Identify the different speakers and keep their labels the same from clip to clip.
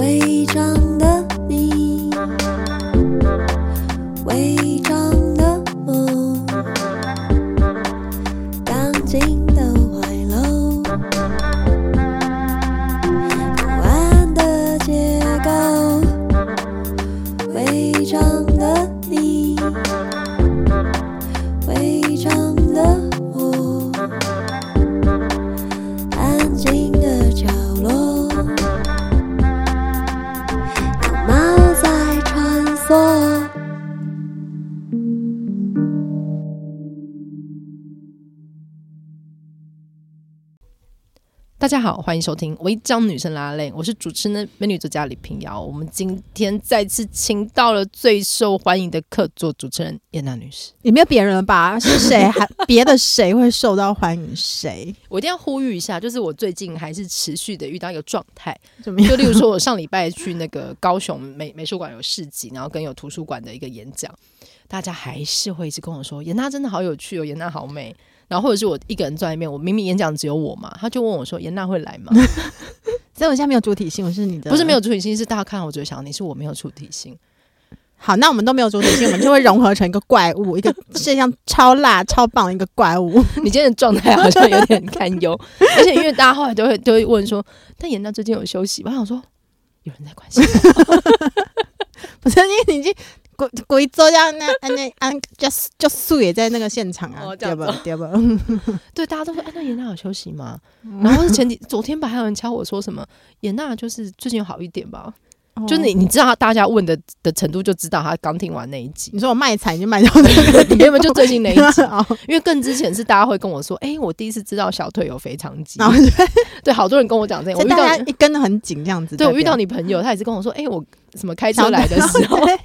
Speaker 1: 伪装的你，伪装的我，钢筋的怀楼，不安的结构，伪装的你，伪装的我，安静的角落。有猫在穿梭。
Speaker 2: 大家好，欢迎收听《违章女生拉拉链》，我是主持人美女作家李平遥。我们今天再次请到了最受欢迎的客座主持人燕娜女士。
Speaker 3: 也没有别人 了吧？是谁还别的谁会受到欢迎？谁
Speaker 2: 我一定要呼吁一下，就是我最近还是持续的遇到一个状态，
Speaker 3: 怎么样？
Speaker 2: 就例如说，我上礼拜去那个高雄美美术馆有市集，然后跟有图书馆的一个演讲，大家还是会一直跟我说，严娜真的好有趣哦，严娜好美。然后或者是我一个人坐在那边，我明明演讲只有我嘛，他就问我说：“严娜会来吗
Speaker 3: 所以我现在没有主体性，我是你？”的，
Speaker 2: 不是没有。主体性，是大家看到我就会想你是我没有主体性。
Speaker 3: 好，那我们都没有主体性，我们就会融合成一个怪 物，一个世界上超辣、超棒的一个怪物。
Speaker 2: 你今天的状态好像有点堪 忧，而且因为大家后来都会都会问说：“但严娜最近有休息吧？”我想说有人在关心我，
Speaker 3: 不是，因为你已经鬼鬼做到那安那安就是就素也在那个现场啊，
Speaker 2: 哦这
Speaker 3: 对
Speaker 2: 样子
Speaker 3: 不
Speaker 2: 哦
Speaker 3: 对不？
Speaker 2: 对，大家都说：“哎，那严娜有休息吗？”然后是前几昨天吧，还有人敲我说什么：“严娜就是最近有好一点吧？” 就
Speaker 3: 哦
Speaker 2: 你，你知道大家问的的程度，就知道他刚听完那一 集，
Speaker 3: 你说我卖惨，你就卖到 那个地步，
Speaker 2: 没有没有就最近那一集，
Speaker 3: 哦
Speaker 2: 因为更之前是大家会跟我说，哎、我第一次知道小腿有肥肠 肌
Speaker 3: 然，后就
Speaker 2: 对，好多人跟我讲这个，我
Speaker 3: 所以
Speaker 2: 遇
Speaker 3: 大
Speaker 2: 到
Speaker 3: 家
Speaker 2: 你
Speaker 3: 一跟的很紧，这样子。
Speaker 2: 对我
Speaker 3: 不
Speaker 2: 遇到你朋友，他也是跟我说，哎、我什么开车来 的时候，
Speaker 3: 对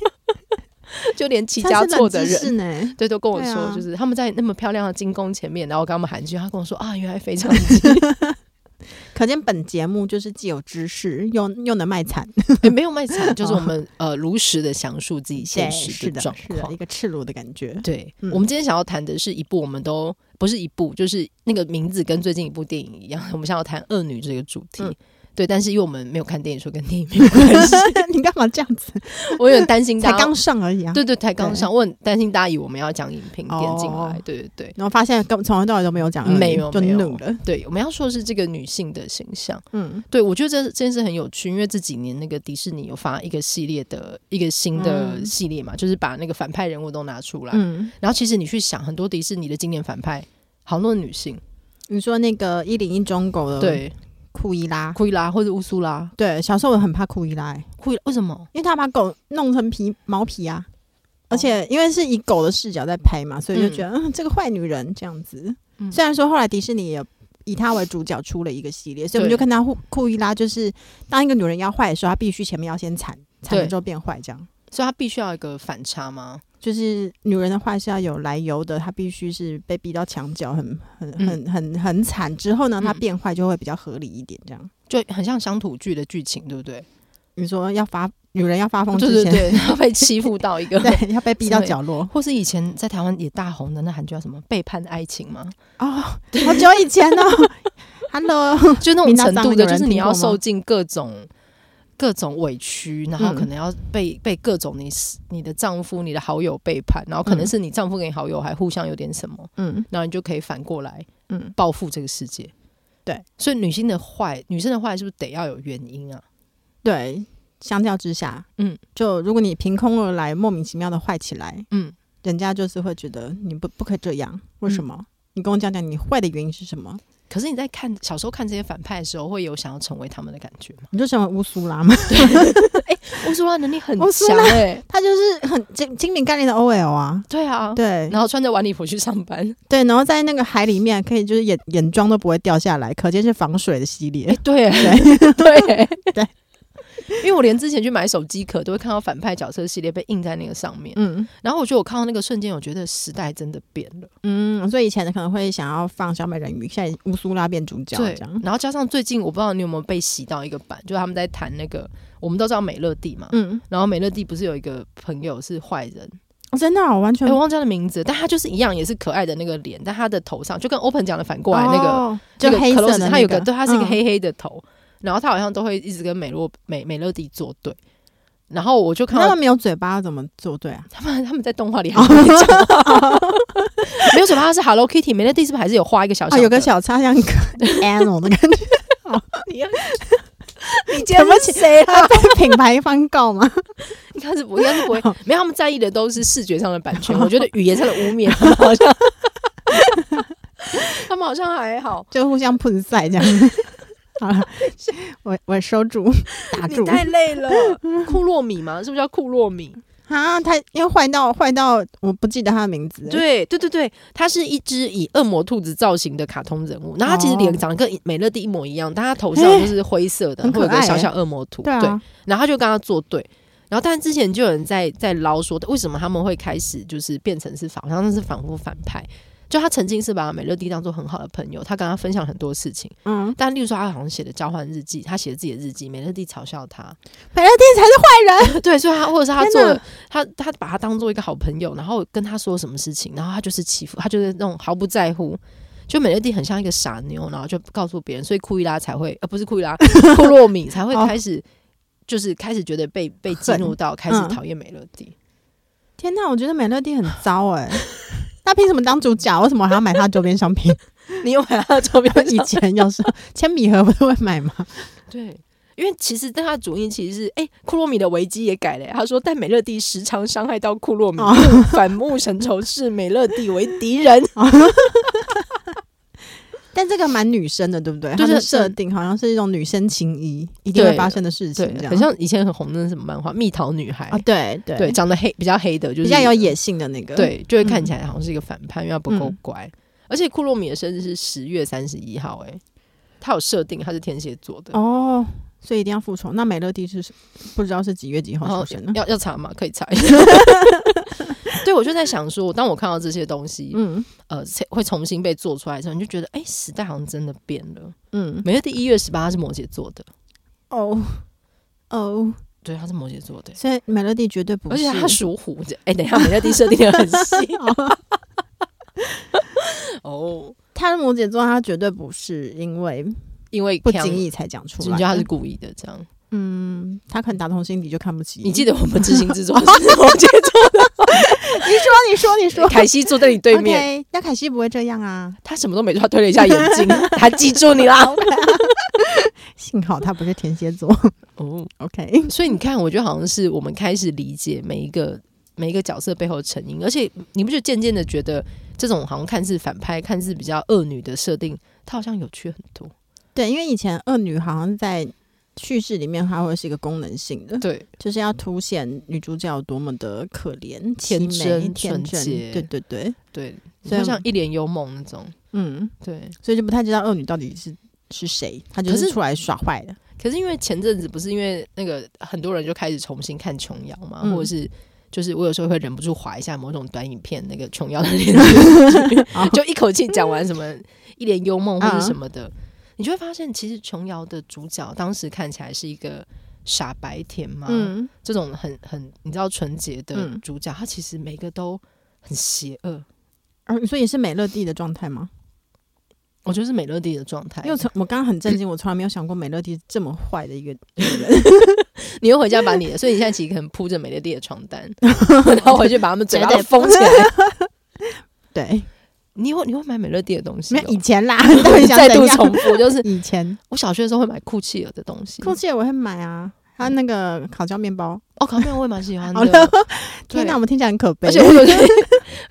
Speaker 2: 就连骑家错的
Speaker 3: 他是冷知识
Speaker 2: 人。
Speaker 3: 呢。
Speaker 2: 对，都跟我
Speaker 3: 对
Speaker 2: 说，
Speaker 3: 啊
Speaker 2: 就是他们在那么漂亮的精工前面，然后我跟他们喊一句，他跟我说啊，原来肥 肠肌，
Speaker 3: 可见本节目就是既有知识，又又能卖惨，
Speaker 2: 哎没有卖惨，就是我们呃如实的详述自己现
Speaker 3: 对
Speaker 2: 实
Speaker 3: 是的，
Speaker 2: 状
Speaker 3: 是的，
Speaker 2: 况
Speaker 3: 一。个赤裸的感 觉。
Speaker 2: 对，
Speaker 3: 嗯
Speaker 2: 我们今天想要谈的是一部我们都不是一部，就是那个名字跟最近一部电影一样， 我们想要谈《恶女》这个主题。
Speaker 3: 嗯
Speaker 2: 对，但是因为我们没有看电影，所以跟电影没有 关系。
Speaker 3: 你干嘛这样子？
Speaker 2: 我有点担心大
Speaker 3: 才
Speaker 2: 家，
Speaker 3: 刚上而已啊。
Speaker 2: 对对，才刚
Speaker 3: 对
Speaker 2: 上，我很担心大家以为我们要讲影评点进来。
Speaker 3: 哦
Speaker 2: 对对对
Speaker 3: 然后发现根从头到尾都没有讲而已，
Speaker 2: 没有
Speaker 3: 就
Speaker 2: 没有
Speaker 3: 怒了。
Speaker 2: 对，我们要说的是这个女性的形象。
Speaker 3: 嗯，
Speaker 2: 对我觉得这这件事很有趣，因为这几年那个迪士尼有发一个系列的一个新的
Speaker 3: 嗯
Speaker 2: 系列嘛，就是把那个反派人物都拿出来。
Speaker 3: 嗯，
Speaker 2: 然后其实你去想，很多迪士尼的经典反派，好多女性，
Speaker 3: 你说那个一零一中狗的
Speaker 2: 对，
Speaker 3: 库伊拉，
Speaker 2: 库伊拉或者乌苏拉，
Speaker 3: 对，小时候我很怕库伊拉、欸
Speaker 2: 库伊拉为什么？
Speaker 3: 因为他把狗弄成皮毛皮
Speaker 2: 哦
Speaker 3: 啊，而且因为是以狗的视角在拍嘛，所以就觉得嗯这个坏女人这样子。
Speaker 2: 嗯
Speaker 3: 虽然说后来迪士尼也以她为主角出了一个系列，所以我们
Speaker 2: 对
Speaker 3: 就看到库库伊拉就是当一个女人要坏的时候，她必须前面要先惨，惨了之后变坏这样。
Speaker 2: 所以他必须要有一个反差吗？
Speaker 3: 就是女人的话是要有来由的，她必须是被逼到墙角，很很
Speaker 2: 嗯
Speaker 3: 很很很惨之后呢，
Speaker 2: 嗯
Speaker 3: 她变坏就会比较合理一点。这样，
Speaker 2: 就很像乡土剧的剧情，对不对？
Speaker 3: 你说要发女人要发疯
Speaker 2: 哦对
Speaker 3: 嗯
Speaker 2: 对
Speaker 3: 之前，
Speaker 2: 对，要被欺负到一个。
Speaker 3: 对要被逼到角落
Speaker 2: 或是以前在台湾也大红的那韩剧叫什么《背叛爱情》吗？
Speaker 3: 哦，好久以前哦 ，Hello，
Speaker 2: 就那种程度
Speaker 3: 明道
Speaker 2: 的，
Speaker 3: 上有人
Speaker 2: 就是你要
Speaker 3: 听过吗
Speaker 2: 受尽各种各种委屈，然后
Speaker 3: 嗯
Speaker 2: 可能要被、被各种你你的丈夫、你的好友背叛，然后可能
Speaker 3: 嗯
Speaker 2: 是你丈夫跟你好友还互相有点什么，
Speaker 3: 嗯
Speaker 2: 然后你就可以反过来
Speaker 3: 嗯，
Speaker 2: 报复这个世界。
Speaker 3: 对，
Speaker 2: 所以女性的坏，女生的坏是不是得要有原因啊？
Speaker 3: 对，相较之下，
Speaker 2: 嗯
Speaker 3: 嗯，就如果你凭空而来，莫名其妙的坏起来，
Speaker 2: 嗯，
Speaker 3: 人家就是会觉得你不不可以这样，为什么？你跟我讲讲你坏的原因是什么？
Speaker 2: 可是你在看小时候看这些反派的时候，会有想要成为他们的感觉吗？
Speaker 3: 你就成为乌苏拉吗？
Speaker 2: 乌苏拉能力很
Speaker 3: 乌苏
Speaker 2: 强
Speaker 3: 拉
Speaker 2: 哎、
Speaker 3: 他就是很精精明干练的 OL 啊，
Speaker 2: 对啊，
Speaker 3: 欸对，
Speaker 2: 然后穿着晚礼服去上班，
Speaker 3: 对，然后在那个海里面，可以就是眼眼妆都不会掉下来，可见是防水的系列。
Speaker 2: 对对
Speaker 3: 对
Speaker 2: 因为我连之前去买手机壳都会看到反派角色系列被印在那个上面，
Speaker 3: 嗯
Speaker 2: 然后我觉得我看到那个瞬间，我觉得时代真的变了。
Speaker 3: 嗯，所以以前可能会想要放小美人鱼，现在乌苏拉变主角
Speaker 2: 对
Speaker 3: 这样，。
Speaker 2: 然后加上最近我不知道你有没有被洗到一个版，就是他们在谈那个，我们都知道美乐蒂嘛。
Speaker 3: 嗯，
Speaker 2: 然后美乐蒂不是有一个朋友是坏人，
Speaker 3: 哦真的啊、我完全
Speaker 2: 哎、我忘记他的名字，但他就是一样也是可爱的那个脸，但他的头上就跟 Open 讲的反过来那个，
Speaker 3: 哦就
Speaker 2: 那个
Speaker 3: 黑
Speaker 2: Close，
Speaker 3: 色的、那
Speaker 2: 他有个对，他是一个
Speaker 3: 嗯
Speaker 2: 黑黑的头，然后他好像都会一直跟美洛美美乐蒂作对，然后我就看
Speaker 3: 那他
Speaker 2: 到
Speaker 3: 们没有嘴巴怎么作 对啊？
Speaker 2: 他们他们在动画里 还哦没有讲话没有什么，他是 Hello Kitty，美乐蒂是不是还是有画一个小小
Speaker 3: 啊，
Speaker 2: 的、
Speaker 3: 有个小啊插像 animal 的感觉，
Speaker 2: 你要你今
Speaker 3: 对
Speaker 2: 天
Speaker 3: 不
Speaker 2: 是
Speaker 3: 起
Speaker 2: 谁啊？
Speaker 3: 他被品牌方告吗？
Speaker 2: 应该是不应该 是不会，没有他们在意的都是视觉上的版权，我觉得语言上的污 蔑，他们好像他们好像还好。
Speaker 3: 就互相喷赛这样。 好了，我我收住，打
Speaker 2: 你
Speaker 3: 住
Speaker 2: 太累了，库洛米吗？是不是叫库洛 米？
Speaker 3: 啊！他因为坏到坏到我不记得他的名字，，
Speaker 2: 对对对对，它是一只以恶魔兔子造型的卡通人物，然后它其实脸
Speaker 3: 哦
Speaker 2: 长得跟美乐蒂一模一样，但它头上
Speaker 3: 哎
Speaker 2: 就是灰色的，
Speaker 3: 很
Speaker 2: 会有
Speaker 3: 可
Speaker 2: 个小
Speaker 3: 爱
Speaker 2: 小恶魔兔，
Speaker 3: 对啊，
Speaker 2: 然后他就跟他作对。然后，但之前就有人在在捞说，为什么他们会开始就是变成是反，好像是反复反派。就他曾经是把美乐蒂当做很好的朋友，他跟他分享很多事情。
Speaker 3: 嗯，
Speaker 2: 但例如说，他好像写的交换日记，他写自己的日记，美乐蒂嘲笑他，
Speaker 3: 美乐蒂才是坏人，
Speaker 2: 对，所以他或者是他
Speaker 3: 天
Speaker 2: 做
Speaker 3: 哪
Speaker 2: 了他他把他当做一个好朋友，然后跟他说什么事情，然后他就是欺负，他就是那种毫不在乎。就美乐蒂很像一个傻妞，然后就告诉别人，所以库伊拉才会，呃，不是库伊 拉，库洛米才会
Speaker 3: 哦
Speaker 2: 开始，就是开始觉得被被激怒到，开始
Speaker 3: 嗯
Speaker 2: 讨厌美乐蒂。
Speaker 3: 天哪！我觉得美乐蒂很糟哎、他凭什么当主角？为什么还要买他的周边商品？
Speaker 2: 你有买他的周边
Speaker 3: 以
Speaker 2: 吗？
Speaker 3: 前有时候铅笔盒不是会买吗？
Speaker 2: 对，因为其实但他的主意其实是，哎、库洛米的危机也改了、他说，但美乐蒂时常伤害到库洛米，
Speaker 3: 哦
Speaker 2: 故反目成仇，视美乐蒂为敌人。
Speaker 3: 但这个蛮女生的，对不对？
Speaker 2: 对
Speaker 3: 它的
Speaker 2: 对
Speaker 3: 设
Speaker 2: 嗯
Speaker 3: 定好像是一种女生情谊一定会
Speaker 2: 对
Speaker 3: 发生的事情，这
Speaker 2: 对，
Speaker 3: 样
Speaker 2: 很像以前很红的那什么漫画《蜜桃女孩》
Speaker 3: 啊，对对
Speaker 2: 对，长得黑比较黑的，就是
Speaker 3: 比较有野性的那个，，
Speaker 2: 对，就会
Speaker 3: 嗯
Speaker 2: 看起来好像是一个反叛，因为他不够乖。而且库洛米的生日是十月三十一号、哎，他有设定他是天蝎座的，
Speaker 3: 哦，所以一定要复仇。那美乐蒂是不知道是几月几
Speaker 2: 然
Speaker 3: 号
Speaker 2: 后
Speaker 3: 出生的？
Speaker 2: 哦要要查吗？可以查一下。 对，我就在想说，当我看到这些东西，
Speaker 3: 嗯
Speaker 2: 呃，会重新被做出来的时候，你就觉得，哎、时代好像真的变了。
Speaker 3: 嗯，
Speaker 2: 美乐蒂一月十八是摩羯座的，
Speaker 3: 哦哦，
Speaker 2: 对，他是摩羯座的、欸
Speaker 3: 所以美乐蒂绝对不
Speaker 2: 而
Speaker 3: 是，
Speaker 2: 且他属虎的。哎、等一下，美乐蒂设定的很细 哦。
Speaker 3: 他是摩羯座，他绝对不是因为
Speaker 2: 因为
Speaker 3: 不
Speaker 2: 呛
Speaker 3: 经，意才讲出
Speaker 2: 你
Speaker 3: 来
Speaker 2: 觉得他是
Speaker 3: 的。
Speaker 2: 故意的这样？
Speaker 3: 嗯，他可能打从心底就看不起
Speaker 2: 你记得我们执行制作是摩羯座
Speaker 3: 你说，你说，你说
Speaker 2: 的，凯西坐在你对面，
Speaker 3: OK，那凯西不会这样啊。
Speaker 2: 他什么都没做，他推了一下眼 镜，他记住你啦。
Speaker 3: 幸好他不是天蝎座。
Speaker 2: 哦，
Speaker 3: OK，
Speaker 2: 所以你看，我觉得好像是我们开始理解每一个每一个角色背后的成因，而且你不就渐渐的觉得这种好像看似反派、看似比较恶女的设定，它好像有趣很多。
Speaker 3: 对，因为以前恶女好像在叙事里面，它会是一个功能性的，
Speaker 2: 对，
Speaker 3: 就是要凸显女主角有多么的可怜、
Speaker 2: 天
Speaker 3: 凄美
Speaker 2: 真
Speaker 3: 天
Speaker 2: 纯
Speaker 3: 真
Speaker 2: 洁
Speaker 3: 对对对，
Speaker 2: 对，
Speaker 3: 所以
Speaker 2: 就像一脸幽梦那种。
Speaker 3: 嗯，
Speaker 2: 对，
Speaker 3: 所以就不太知道恶女到底是是谁，她就
Speaker 2: 可
Speaker 3: 是
Speaker 2: 是
Speaker 3: 出来耍坏的。
Speaker 2: 可是因为前阵子不是因为那个很多人就开始重新看琼瑶嘛，
Speaker 3: 嗯
Speaker 2: 或者是就是我有时候会忍不住划一下某种短影片那个琼 瑶的连续剧
Speaker 3: 哦，
Speaker 2: 就一口气讲完什么一帘幽梦或
Speaker 3: 啊
Speaker 2: 者什么的，你就会发现其实琼瑶的主角当时看起来是一个傻白甜嘛，
Speaker 3: 嗯，
Speaker 2: 这种很很你知道纯洁的
Speaker 3: 嗯
Speaker 2: 主角，他其实每个都很邪恶。
Speaker 3: 而所以也是美乐蒂的状态吗？
Speaker 2: 我觉得是美乐蒂的状态
Speaker 3: 因为，我从我刚刚很震惊，我从来没有想过美乐蒂这么坏的一个。
Speaker 2: 你又回家把你的，所以你现在其实可能铺着美乐蒂的床 单，然后回去把他们嘴巴都封起来，
Speaker 3: 对，
Speaker 2: 你会你会买美乐蒂的东西、
Speaker 3: 没
Speaker 2: 哦？
Speaker 3: 有以前啦，到底想
Speaker 2: 再
Speaker 3: 怎
Speaker 2: 度
Speaker 3: 样
Speaker 2: 重复，就是
Speaker 3: 以前，
Speaker 2: 我小学的时候会买酷契尔的东西，
Speaker 3: 空气我会买啊，
Speaker 2: 嗯
Speaker 3: 还有那个烤焦面包。
Speaker 2: 哦，烤面我也蛮喜欢
Speaker 3: 好了
Speaker 2: 的。，对
Speaker 3: 天哪，我们听起来很可悲。
Speaker 2: 而且我有个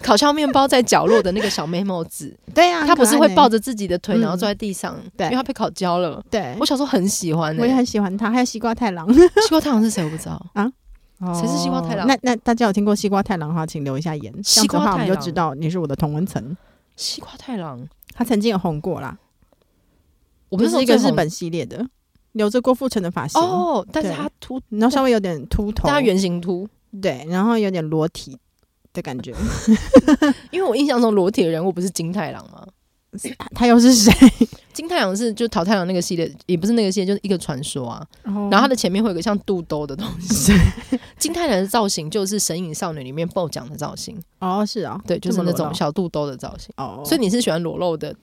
Speaker 2: 烤箱面包在角落的那个小妹妹子，
Speaker 3: 对 啊，
Speaker 2: 她不是
Speaker 3: 很可爱
Speaker 2: 会
Speaker 3: 呢
Speaker 2: 抱着自己的腿，
Speaker 3: 嗯
Speaker 2: 然后坐在地上，
Speaker 3: 对
Speaker 2: 因为她被烤焦了。
Speaker 3: 对
Speaker 2: 我，小时候很喜欢
Speaker 3: 我也
Speaker 2: 欸，
Speaker 3: 很喜欢他，还有西瓜 太郎。
Speaker 2: 西瓜太郎是谁我不知道，
Speaker 3: 谁
Speaker 2: 是西瓜太郎
Speaker 3: 哦那那大家有听过西瓜太郎的话，请留一下言。这样子的
Speaker 2: 西瓜太
Speaker 3: 话，
Speaker 2: 郎
Speaker 3: 我们就知道你是我的同文层。
Speaker 2: 西瓜太郎，
Speaker 3: 他曾经有红过啦，
Speaker 2: 我们那时
Speaker 3: 是
Speaker 2: 候
Speaker 3: 一个
Speaker 2: 最
Speaker 3: 日
Speaker 2: 红
Speaker 3: 本系列的，留着郭富城的发型。
Speaker 2: 哦，但是
Speaker 3: 对
Speaker 2: 她
Speaker 3: 秃，然后稍微有点秃头，
Speaker 2: 但它圆形秃，
Speaker 3: 对，然后有点裸体的感 觉。
Speaker 2: 因为我印象中裸体的人物不是金太郎吗？
Speaker 3: 他他又是谁？
Speaker 2: 金太郎是就桃太郎那个系列，也不是那个系列，就是一个传说啊。
Speaker 3: 然后
Speaker 2: 然后它的前面会有一个像肚兜的东西。 金太郎的造型就是《神隐少女》里面爆奖的造型，
Speaker 3: 哦是啊，
Speaker 2: 对，就是
Speaker 3: 这
Speaker 2: 那
Speaker 3: 么裸
Speaker 2: 种
Speaker 3: 露
Speaker 2: 小肚兜的造型。
Speaker 3: 哦，
Speaker 2: 所以你是喜欢裸露的，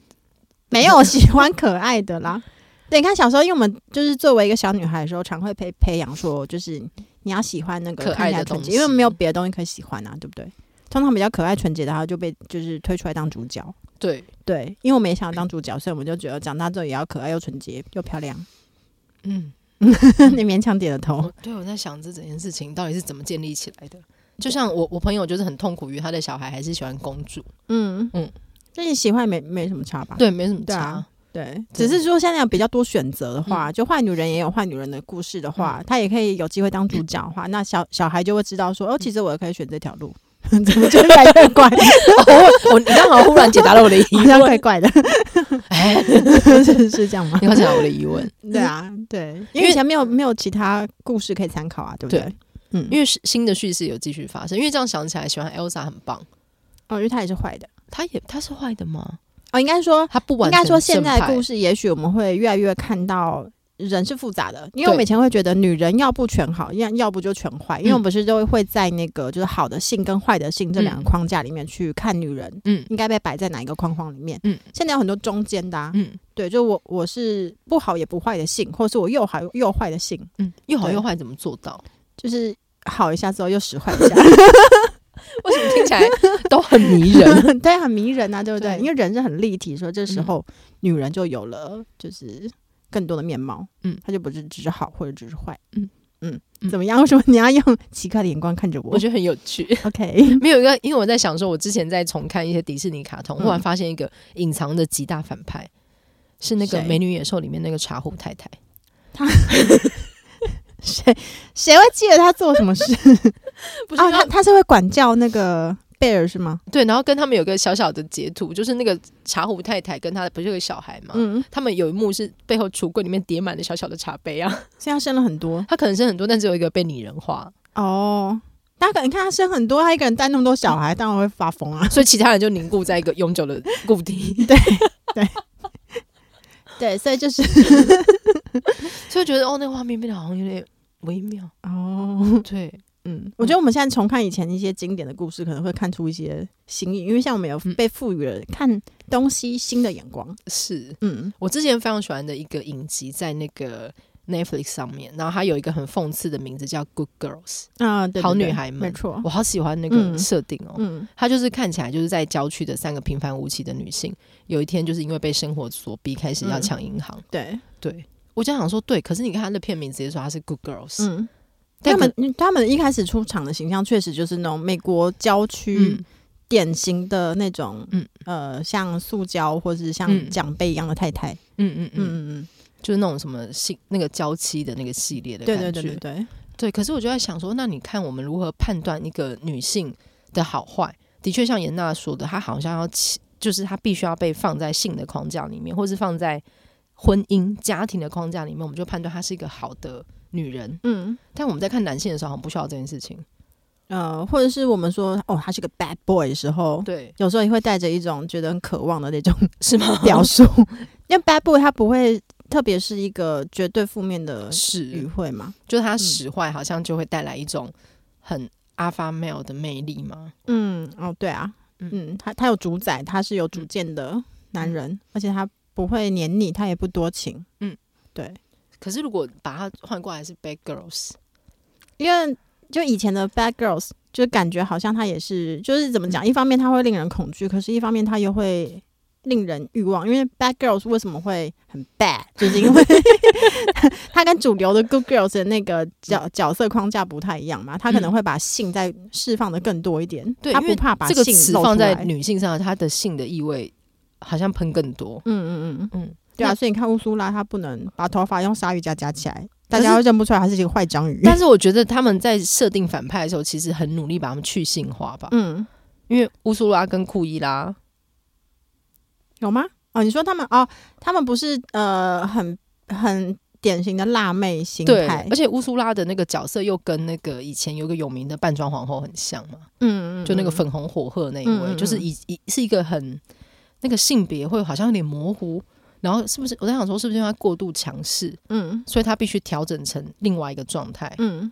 Speaker 3: 没有我喜欢可爱的啦。 对，你看小时候，因为我们就是作为一个小女孩的时候，常会被培养说，就是你要喜欢那个
Speaker 2: 可
Speaker 3: 看
Speaker 2: 爱
Speaker 3: 起来
Speaker 2: 的
Speaker 3: 纯洁，
Speaker 2: 东西
Speaker 3: 因为没有别的东西可以喜欢啊，对不对？通常比较可爱纯洁的，他就被就是推出来当主角。
Speaker 2: 对，
Speaker 3: 对，因为我们也想要当主角，所以我们就觉得长大之后也要可爱又纯洁又漂亮。
Speaker 2: 嗯，
Speaker 3: 你勉强点了头
Speaker 2: 我，对我在想这整件事情到底是怎么建立起来的。就像我，我朋友就是很痛苦于他的小孩还是喜欢公主，
Speaker 3: 嗯嗯
Speaker 2: 嗯，
Speaker 3: 这你喜欢也没没什么差吧？
Speaker 2: 对，没什么
Speaker 3: 对
Speaker 2: 差。
Speaker 3: 啊对，只
Speaker 2: 对嗯
Speaker 3: 是说现在有比较多选择的话，就坏女人也有坏女人的故事的话，她也可以有机会当主角的话，
Speaker 2: 嗯
Speaker 3: 那小小孩就会知道说，哦，其实我也可以选这条路。 怎么就越来越怪，
Speaker 2: 哦我我你刚好忽然解答了我的疑
Speaker 3: 好像怪
Speaker 2: 问，
Speaker 3: 怪的，
Speaker 2: 哎，
Speaker 3: 是是这样吗
Speaker 2: 你？好解答我的疑问。
Speaker 3: 对啊，对，因
Speaker 2: 因
Speaker 3: 为
Speaker 2: 为
Speaker 3: 以前没有没有其他故事可以参考啊，对不对
Speaker 2: 对？
Speaker 3: 嗯，因
Speaker 2: 因
Speaker 3: 为
Speaker 2: 为是新的叙事有继续发生，因为这样想起来，喜欢 Elsa 很棒。
Speaker 3: 哦，因为她也是坏的
Speaker 2: 他也他是坏的吗？
Speaker 3: 哦，应该说
Speaker 2: 他不
Speaker 3: 应
Speaker 2: 完
Speaker 3: 该
Speaker 2: 全
Speaker 3: 说现在
Speaker 2: 正
Speaker 3: 的
Speaker 2: 派
Speaker 3: 故事，也许我们会越来越看到人是复杂的，因为
Speaker 2: 对嗯
Speaker 3: 我们以前会觉得女人要不全好，要要不就全坏，因为我们不是就会在那个就是好的性跟坏的性这两个
Speaker 2: 嗯
Speaker 3: 框架里面去看女人。
Speaker 2: 嗯
Speaker 3: 应该被摆在哪一个框框里面？
Speaker 2: 嗯，
Speaker 3: 现在有很多中间的、啊，
Speaker 2: 嗯
Speaker 3: 对，就我我是不好也不坏的性，或是我又好又坏的性，
Speaker 2: 嗯，又好
Speaker 3: 对
Speaker 2: 又坏怎么做到？
Speaker 3: 就是好一下之后又使坏一下，
Speaker 2: 为什么听起来都很迷 人？
Speaker 3: 对，很迷人啊，对不对？嗯
Speaker 2: 对
Speaker 3: 因为人是很立体，说这时候女人就有了就是更多的面貌，
Speaker 2: 嗯
Speaker 3: 她就不是只是好或者只是坏，嗯
Speaker 2: 嗯
Speaker 3: 嗯，
Speaker 2: 嗯
Speaker 3: 怎么样？为什么你要用奇怪的眼光看着我
Speaker 2: 我觉得很有趣。
Speaker 3: o k
Speaker 2: 没有一个，因为我在想说，我之前在重看一些迪士尼卡通，
Speaker 3: 嗯
Speaker 2: 忽然发现一个隐藏的极大反派，是那个
Speaker 3: 谁
Speaker 2: 《美女野兽》里面那个茶壶太太。
Speaker 3: 谁谁会记得她做什么 事
Speaker 2: 不她
Speaker 3: 啊？她她是会管教那个贝尔是吗？
Speaker 2: 对，然后跟他们有个小小的截图，就是那个茶壶太太跟她不是有个小孩嘛？
Speaker 3: 嗯，
Speaker 2: 他们有一幕是背后橱柜里面叠满了小小的茶杯啊，
Speaker 3: 所以她生了很多
Speaker 2: 她可能生很多，但只有一个被拟人化，
Speaker 3: 哦。大家可能看她生很多，她一个人带那么多小孩，当然会发疯啊。
Speaker 2: 所以其他人就凝固在一个永久的固 定。
Speaker 3: 对，所以就是
Speaker 2: 所以觉得哦，那个画面变得好像有点微妙。
Speaker 3: 哦，
Speaker 2: 对，
Speaker 3: 嗯，我觉得我们现在重看以前一些经典的故事，可能会看出一些新意，因为像我们有
Speaker 2: 嗯
Speaker 3: 被赋予了看东西新的眼光。
Speaker 2: 是
Speaker 3: 嗯，
Speaker 2: 我之前非常喜欢的一个影集，在那个 Netflix 上面，然后它有一个很讽刺的名字叫《Good Girls
Speaker 3: 啊，对对
Speaker 2: 好
Speaker 3: 对
Speaker 2: 女孩们
Speaker 3: 没错》，。
Speaker 2: 我好喜欢那
Speaker 3: 嗯
Speaker 2: 个设定哦。
Speaker 3: 嗯，
Speaker 2: 她就是看起来就是在郊区的三个平凡无奇的女性，有一天就是因为被生活所逼，开始要
Speaker 3: 嗯
Speaker 2: 抢银行。
Speaker 3: 对，
Speaker 2: 对我就想说，对，可是你看她的片名直接说她是 Good Girls，、
Speaker 3: 嗯，
Speaker 2: 但
Speaker 3: 他们
Speaker 2: 可
Speaker 3: 他们一开始出场的形象确实就是那种美国郊区
Speaker 2: 嗯
Speaker 3: 典型的那种，
Speaker 2: 嗯
Speaker 3: 呃，像塑胶或是像
Speaker 2: 嗯
Speaker 3: 奖杯一样的太太。
Speaker 2: 嗯嗯嗯，
Speaker 3: 嗯嗯
Speaker 2: 就是那种什么系那个娇妻的那个系列的
Speaker 3: 嗯，
Speaker 2: 感觉。
Speaker 3: 对对对对对，
Speaker 2: 对，可是我就在想说，那你看我们如何判断一个女性的好坏？的确，像严娜说的，她好像要起，就是她必须要被放在性的框架里面，或是放在婚姻家庭的框架里面，我们就判断她是一个好的女人。
Speaker 3: 嗯。
Speaker 2: 但我们在看男性的时候，好像不需要这件事情。
Speaker 3: 呃，或者是我们说哦，他是个 bad boy 的时候，
Speaker 2: 对，
Speaker 3: 有时候也会带着一种觉得很渴望的 那种
Speaker 2: 是吗？
Speaker 3: 表述， 因为 bad boy 它不会，特别是一个绝对负面的语
Speaker 2: 是，
Speaker 3: 汇嘛。
Speaker 2: 呃嗯就是她使坏，好像就会带来一种很阿发 male 的魅力吗？
Speaker 3: 嗯，哦，对啊，
Speaker 2: 嗯
Speaker 3: 嗯，他他有主宰，他是有主见的男人，而且他不会黏你，他也不多情。嗯
Speaker 2: 嗯，
Speaker 3: 对，
Speaker 2: 可是如果把它换过来是 bad girls，
Speaker 3: 因为就以前的 bad girls，就感觉好像他也是，就是怎么
Speaker 2: 嗯
Speaker 3: 讲，一方面他会令人恐惧，可是一方面他又会。令人欲望，因为 bad girls 为什么会很 bad，就 是因为他跟主流的 good girls 的那个角角色框架不太一样嘛，他可能
Speaker 2: 嗯
Speaker 3: 会把性再释放的更多一点，
Speaker 2: 对
Speaker 3: 他
Speaker 2: 因
Speaker 3: 不
Speaker 2: 为
Speaker 3: 怕把
Speaker 2: 这个
Speaker 3: 性
Speaker 2: 词
Speaker 3: 露
Speaker 2: 放
Speaker 3: 出
Speaker 2: 在
Speaker 3: 来
Speaker 2: 女性上，它的性的意味好像喷更多。
Speaker 3: 嗯嗯嗯，
Speaker 2: 嗯，
Speaker 3: 对啊，
Speaker 2: 那
Speaker 3: 所以你看乌苏拉，她不能把头发用鲨鱼夹夹起来，大
Speaker 2: 可
Speaker 3: 家
Speaker 2: 是
Speaker 3: 会认不出来她是一个坏章鱼。
Speaker 2: 但是我觉得他们在设定反派的时候，其实很努力把他们去性化吧，
Speaker 3: 嗯，
Speaker 2: 因为乌苏拉跟库伊拉，
Speaker 3: 有吗？哦，你说他们哦，他们不是呃很很典型的辣妹心
Speaker 2: 对，
Speaker 3: 态
Speaker 2: 而，且乌苏拉的那个角色又跟那个以前有个有名的扮装皇后很像嘛，
Speaker 3: 嗯嗯，
Speaker 2: 就那个
Speaker 3: 嗯
Speaker 2: 粉红火鹤那一位，
Speaker 3: 嗯嗯嗯
Speaker 2: 就是以以是一个很那个性别会好像有点模糊，然后是不是我在想说是不是因为他过度强势，
Speaker 3: 嗯
Speaker 2: 所以他必须调整成另外一个状态，
Speaker 3: 嗯，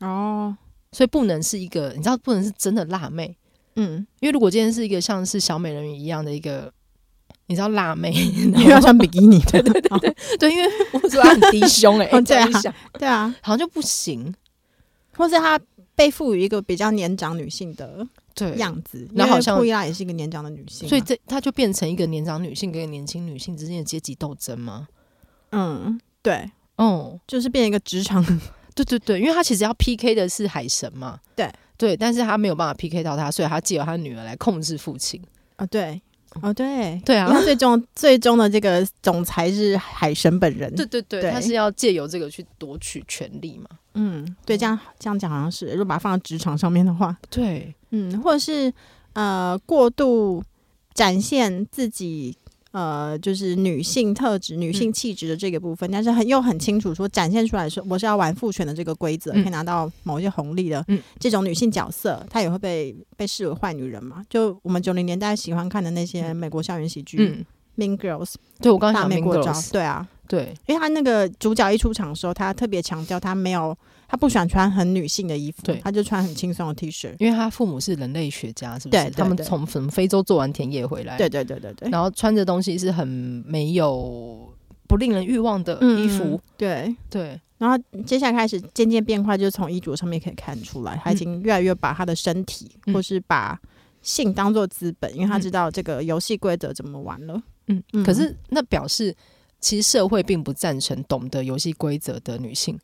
Speaker 3: 哦，
Speaker 2: 所以不能是一个你知道不能是真的辣妹，
Speaker 3: 嗯，
Speaker 2: 因为如果今天是一个像是小美人鱼一样的一个。你知道辣 妹，
Speaker 3: 因为要 穿比基尼，对对对对
Speaker 2: 对，因为 我说她很低胸哎、 欸，
Speaker 3: 哦对
Speaker 2: 这
Speaker 3: 啊
Speaker 2: 样一想
Speaker 3: 对啊，
Speaker 2: 好像就不行，
Speaker 3: 或是她被赋予一个比较年长女性的
Speaker 2: 对，
Speaker 3: 样子，
Speaker 2: 然后好像
Speaker 3: 库伊拉也是一个年长的女性嘛，啊
Speaker 2: 所以这它就变成一个年长女性跟一个年轻女性之间的阶级斗争吗？
Speaker 3: 嗯，对，
Speaker 2: 哦，
Speaker 3: 就是变成一个职场，
Speaker 2: 对对对，因为他其实要 PK 的是海神嘛，
Speaker 3: 对
Speaker 2: 对，但是他没有办法 PK 到他，所以他借由他女儿来控制父亲。
Speaker 3: 啊，对，哦对，
Speaker 2: 对
Speaker 3: 然
Speaker 2: 啊，
Speaker 3: 后最终最终的这个总裁是海神本人，
Speaker 2: 对对对，
Speaker 3: 对
Speaker 2: 他是要借由这个去夺取权利嘛。
Speaker 3: 嗯，对，这样这样讲好像是，如果把它放到职场上面的话，
Speaker 2: 对，
Speaker 3: 嗯，或者是呃过度展现自己呃就是女性特质、女
Speaker 2: 嗯
Speaker 3: 性气质的这个部分，但是很又很清楚说展现出来说我是要玩父权的这个规则，
Speaker 2: 嗯
Speaker 3: 可以拿到某一些红利的、
Speaker 2: 嗯
Speaker 3: 这种女性角色，她也会被被视为坏女人嘛？就我们九零年代喜欢看的那些
Speaker 2: 嗯
Speaker 3: 美国校园喜剧、
Speaker 2: 嗯，
Speaker 3: Mean Girls》
Speaker 2: 对我刚刚
Speaker 3: 大
Speaker 2: 讲
Speaker 3: 美
Speaker 2: Mean
Speaker 3: 过招
Speaker 2: Girls，，
Speaker 3: 对啊，
Speaker 2: 对
Speaker 3: 因为他那个主角一出场的时候，他特别强调他没有，他不喜欢穿很女性的衣服，
Speaker 2: 对
Speaker 3: 他就穿很轻松的 T 恤。
Speaker 2: 因为他父母是人类学家，是不是？
Speaker 3: 对对
Speaker 2: 他们
Speaker 3: 对
Speaker 2: 从从非洲做完田野回来，
Speaker 3: 对对对对对，
Speaker 2: 然后穿着东西是很没有不令人欲望的衣服，
Speaker 3: 嗯对。
Speaker 2: 对，
Speaker 3: 然后接下来开始渐渐变坏，就是从衣着上面可以看出来，他已经越来越把他的身体、
Speaker 2: 嗯
Speaker 3: 或是把性当做资本，因为他
Speaker 2: 嗯
Speaker 3: 知道这个游戏规则怎么玩了。
Speaker 2: 嗯
Speaker 3: 嗯，
Speaker 2: 可是那表示，其实社会并不赞成懂得游戏规则的女性。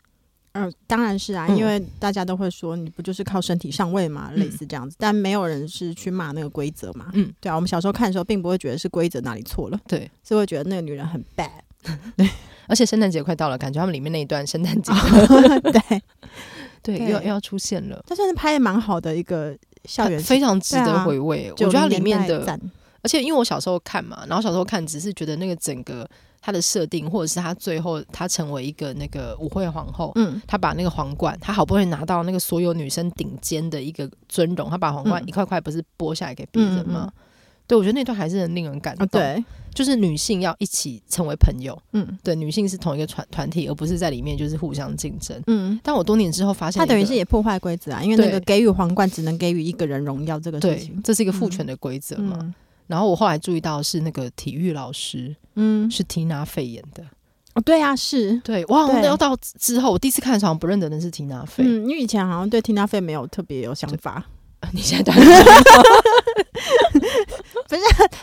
Speaker 3: 嗯、当然是啊，
Speaker 2: 嗯
Speaker 3: 因为大家都会说你不就是靠身体上位嘛，
Speaker 2: 嗯
Speaker 3: 类似这样子，但没有人是去骂那个规则嘛。
Speaker 2: 嗯，
Speaker 3: 对啊，我们小时候看的时候，并不会觉得是规则哪里错了，
Speaker 2: 对，
Speaker 3: 是会觉得那个女人很 bad。
Speaker 2: 而且圣诞节快到了，感觉他们里面那一段圣诞节，
Speaker 3: 对，
Speaker 2: 对，
Speaker 3: 哦对
Speaker 2: 又要又要出现了，
Speaker 3: 他算是拍的蛮好的一个校园
Speaker 2: 非常值
Speaker 3: 对
Speaker 2: 得
Speaker 3: 啊
Speaker 2: 回味。
Speaker 3: 90
Speaker 2: 我觉得它里
Speaker 3: 年
Speaker 2: 面
Speaker 3: 代
Speaker 2: 的，
Speaker 3: 赞
Speaker 2: 而且因为我小时候看嘛，然后小时候看只是觉得那个整个它的设定，或者是它最后它成为一个那个舞会皇后。
Speaker 3: 嗯
Speaker 2: 她把那个皇冠，她好不容易拿到那个所有女生顶尖的一个尊荣，她把皇冠
Speaker 3: 嗯
Speaker 2: 一块块不是剥下来给别人吗？
Speaker 3: 嗯嗯
Speaker 2: 对，我觉得那段还是很令人感
Speaker 3: 啊
Speaker 2: 动。
Speaker 3: 对
Speaker 2: 就是女性要一起成为朋友，
Speaker 3: 嗯
Speaker 2: 对，女性是同一个团团体，而不是在里面就是互相竞争。
Speaker 3: 嗯，
Speaker 2: 但我多年之后发现
Speaker 3: 他
Speaker 2: 一个，
Speaker 3: 等于是也破坏规则啊，因为那
Speaker 2: 对
Speaker 3: 个给予皇冠只能给予一个人荣耀这个事
Speaker 2: 对
Speaker 3: 情，。
Speaker 2: 这是一个父权的规则嘛。
Speaker 3: 嗯
Speaker 2: 然后我后来注意到是那个体育老师
Speaker 3: 嗯，
Speaker 2: 是缇娜费演的，
Speaker 3: 哦对啊是。
Speaker 2: 对，哇，
Speaker 3: 对
Speaker 2: 要到之后我第一次看的时候好像不认得那是缇娜费，
Speaker 3: 嗯，因为以前好像对听到费没有特别有想法，
Speaker 2: 你现在当然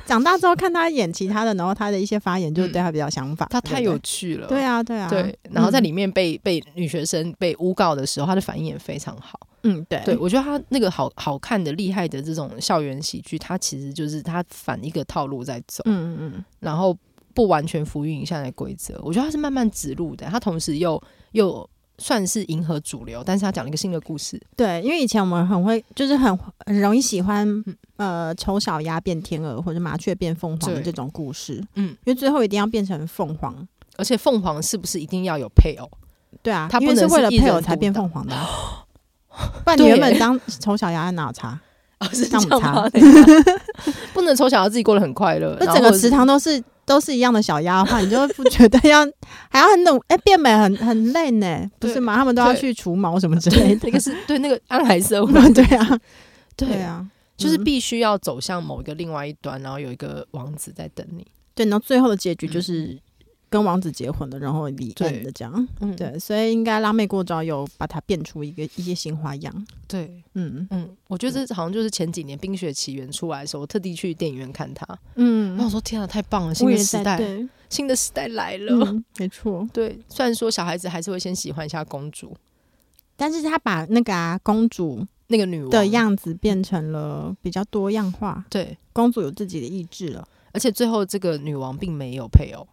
Speaker 3: 长大之后看他演其他的，然后他的一些发言就对他比较想法。
Speaker 2: 她
Speaker 3: 对
Speaker 2: 嗯
Speaker 3: 不
Speaker 2: 太
Speaker 3: 对
Speaker 2: 有趣了，
Speaker 3: 对啊对啊
Speaker 2: 对。然后在
Speaker 3: 嗯
Speaker 2: 里面被被女学生被诬告的时候，她的反应也非常好。哎
Speaker 3: 嗯对
Speaker 2: 对，我觉得他那个好好看的、厉害的这种校园喜剧，它其实就是它反一个套路在走，
Speaker 3: 嗯嗯嗯
Speaker 2: 然后不完全服膺影像的规则。我觉得它是慢慢指路的，它同时又又算是迎合主流，但是它讲了一个新的故事。
Speaker 3: 对，因为以前我们很会，就是很很容易喜欢
Speaker 2: 嗯
Speaker 3: 呃丑小鸭变天鹅或者麻雀变凤凰的
Speaker 2: 对
Speaker 3: 这种故事，
Speaker 2: 嗯，
Speaker 3: 因为最后一定要变成凤凰。
Speaker 2: 而且凤凰是不是一定要有配偶？
Speaker 3: 对啊，
Speaker 2: 它
Speaker 3: 因
Speaker 2: 不
Speaker 3: 为是
Speaker 2: 能
Speaker 3: 为
Speaker 2: 是
Speaker 3: 了
Speaker 2: 一
Speaker 3: 配偶
Speaker 2: 人
Speaker 3: 才
Speaker 2: 独
Speaker 3: 变
Speaker 2: 挡
Speaker 3: 凤凰的啊、 不然你
Speaker 2: 对
Speaker 3: 原
Speaker 2: 耶
Speaker 3: 本当丑小鸭哪有差？
Speaker 2: 哦，是这
Speaker 3: 这样
Speaker 2: 样吗
Speaker 3: 差？
Speaker 2: 等一下不能从小到自己过得很快乐，
Speaker 3: 那
Speaker 2: 然
Speaker 3: 整
Speaker 2: 后
Speaker 3: 个
Speaker 2: 或者
Speaker 3: 池
Speaker 2: 是
Speaker 3: 塘都是都是一样的小鸭的话，你就会不觉得要还要很努哎、变美很很累呢，不是
Speaker 2: 对
Speaker 3: 吗？他们都要
Speaker 2: 对
Speaker 3: 去除毛什么之类的
Speaker 2: 那。个是对那个安海社会，
Speaker 3: 对啊，
Speaker 2: 对
Speaker 3: 对，啊，
Speaker 2: 就是
Speaker 3: 嗯
Speaker 2: 必须要走向某一个另外一端，然后有一个王子在等你。
Speaker 3: 对，然后最后的结局就
Speaker 2: 嗯
Speaker 3: 是跟王子结婚了，然后离
Speaker 2: 对
Speaker 3: 婚的这样。
Speaker 2: 嗯，
Speaker 3: 对，所以应该辣妹过招有把它变出一个一些新花样。
Speaker 2: 对。
Speaker 3: 嗯
Speaker 2: 嗯，我觉得这好像就是前几年《冰雪奇缘》出来的时候，我特地去电影院看它。
Speaker 3: 嗯
Speaker 2: 然后我说：“天啊，太棒了！新
Speaker 3: 我
Speaker 2: 的
Speaker 3: 也
Speaker 2: 时
Speaker 3: 在
Speaker 2: 代，
Speaker 3: 对，
Speaker 2: 新的时代来了。
Speaker 3: 嗯，没错。
Speaker 2: 对，虽然说小孩子还是会先喜欢一下公主
Speaker 3: 但是他把那个啊公主
Speaker 2: 那个女王
Speaker 3: 的，样子变成了比较多样化，
Speaker 2: 对，
Speaker 3: 公主有自己的意志了。
Speaker 2: 而且最后这个女王并没有配偶，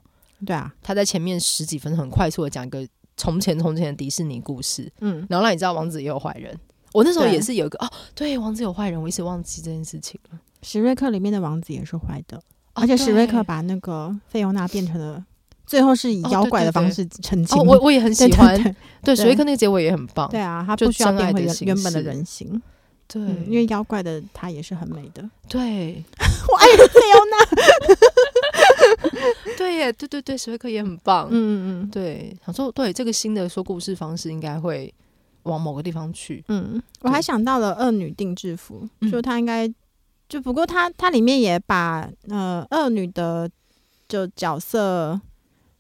Speaker 3: 对啊，
Speaker 2: 她在前面十几分钟很快速的讲一个从前从前的迪士尼故事，
Speaker 3: 嗯，
Speaker 2: 然后让你知道王子也有坏人。我那时候
Speaker 3: 对啊
Speaker 2: 也是有一个哦，对，王子有坏人，我一直忘记这件事情了。
Speaker 3: 史瑞克里面的王子也是坏的，
Speaker 2: 哦
Speaker 3: 而且史瑞
Speaker 2: 对
Speaker 3: 克把那个费欧娜变成了最后是以
Speaker 2: 哦
Speaker 3: 妖
Speaker 2: 对
Speaker 3: 怪
Speaker 2: 对
Speaker 3: 的方
Speaker 2: 对
Speaker 3: 式澄清
Speaker 2: 哦，
Speaker 3: 嘛。
Speaker 2: 我我也很喜
Speaker 3: 对对
Speaker 2: 欢，
Speaker 3: 对
Speaker 2: 对，水月课那个结尾也很棒，
Speaker 3: 对啊，他
Speaker 2: 就
Speaker 3: 不需要
Speaker 2: 真爱
Speaker 3: 变回
Speaker 2: 的
Speaker 3: 原
Speaker 2: 形
Speaker 3: 原本的
Speaker 2: 式
Speaker 3: 人形，
Speaker 2: 对，
Speaker 3: 嗯，因为妖怪的她也是很美的。
Speaker 2: 对
Speaker 3: 我爱菲欧娜，
Speaker 2: 对耶，对对对，水月课也很棒，
Speaker 3: 嗯嗯
Speaker 2: 对，想说对这个新的说故事方式应该会往某个地方去，
Speaker 3: 嗯嗯，我还想到了恶女定制服，
Speaker 2: 嗯
Speaker 3: 就她应该就不过她她里面也把呃恶女的就角色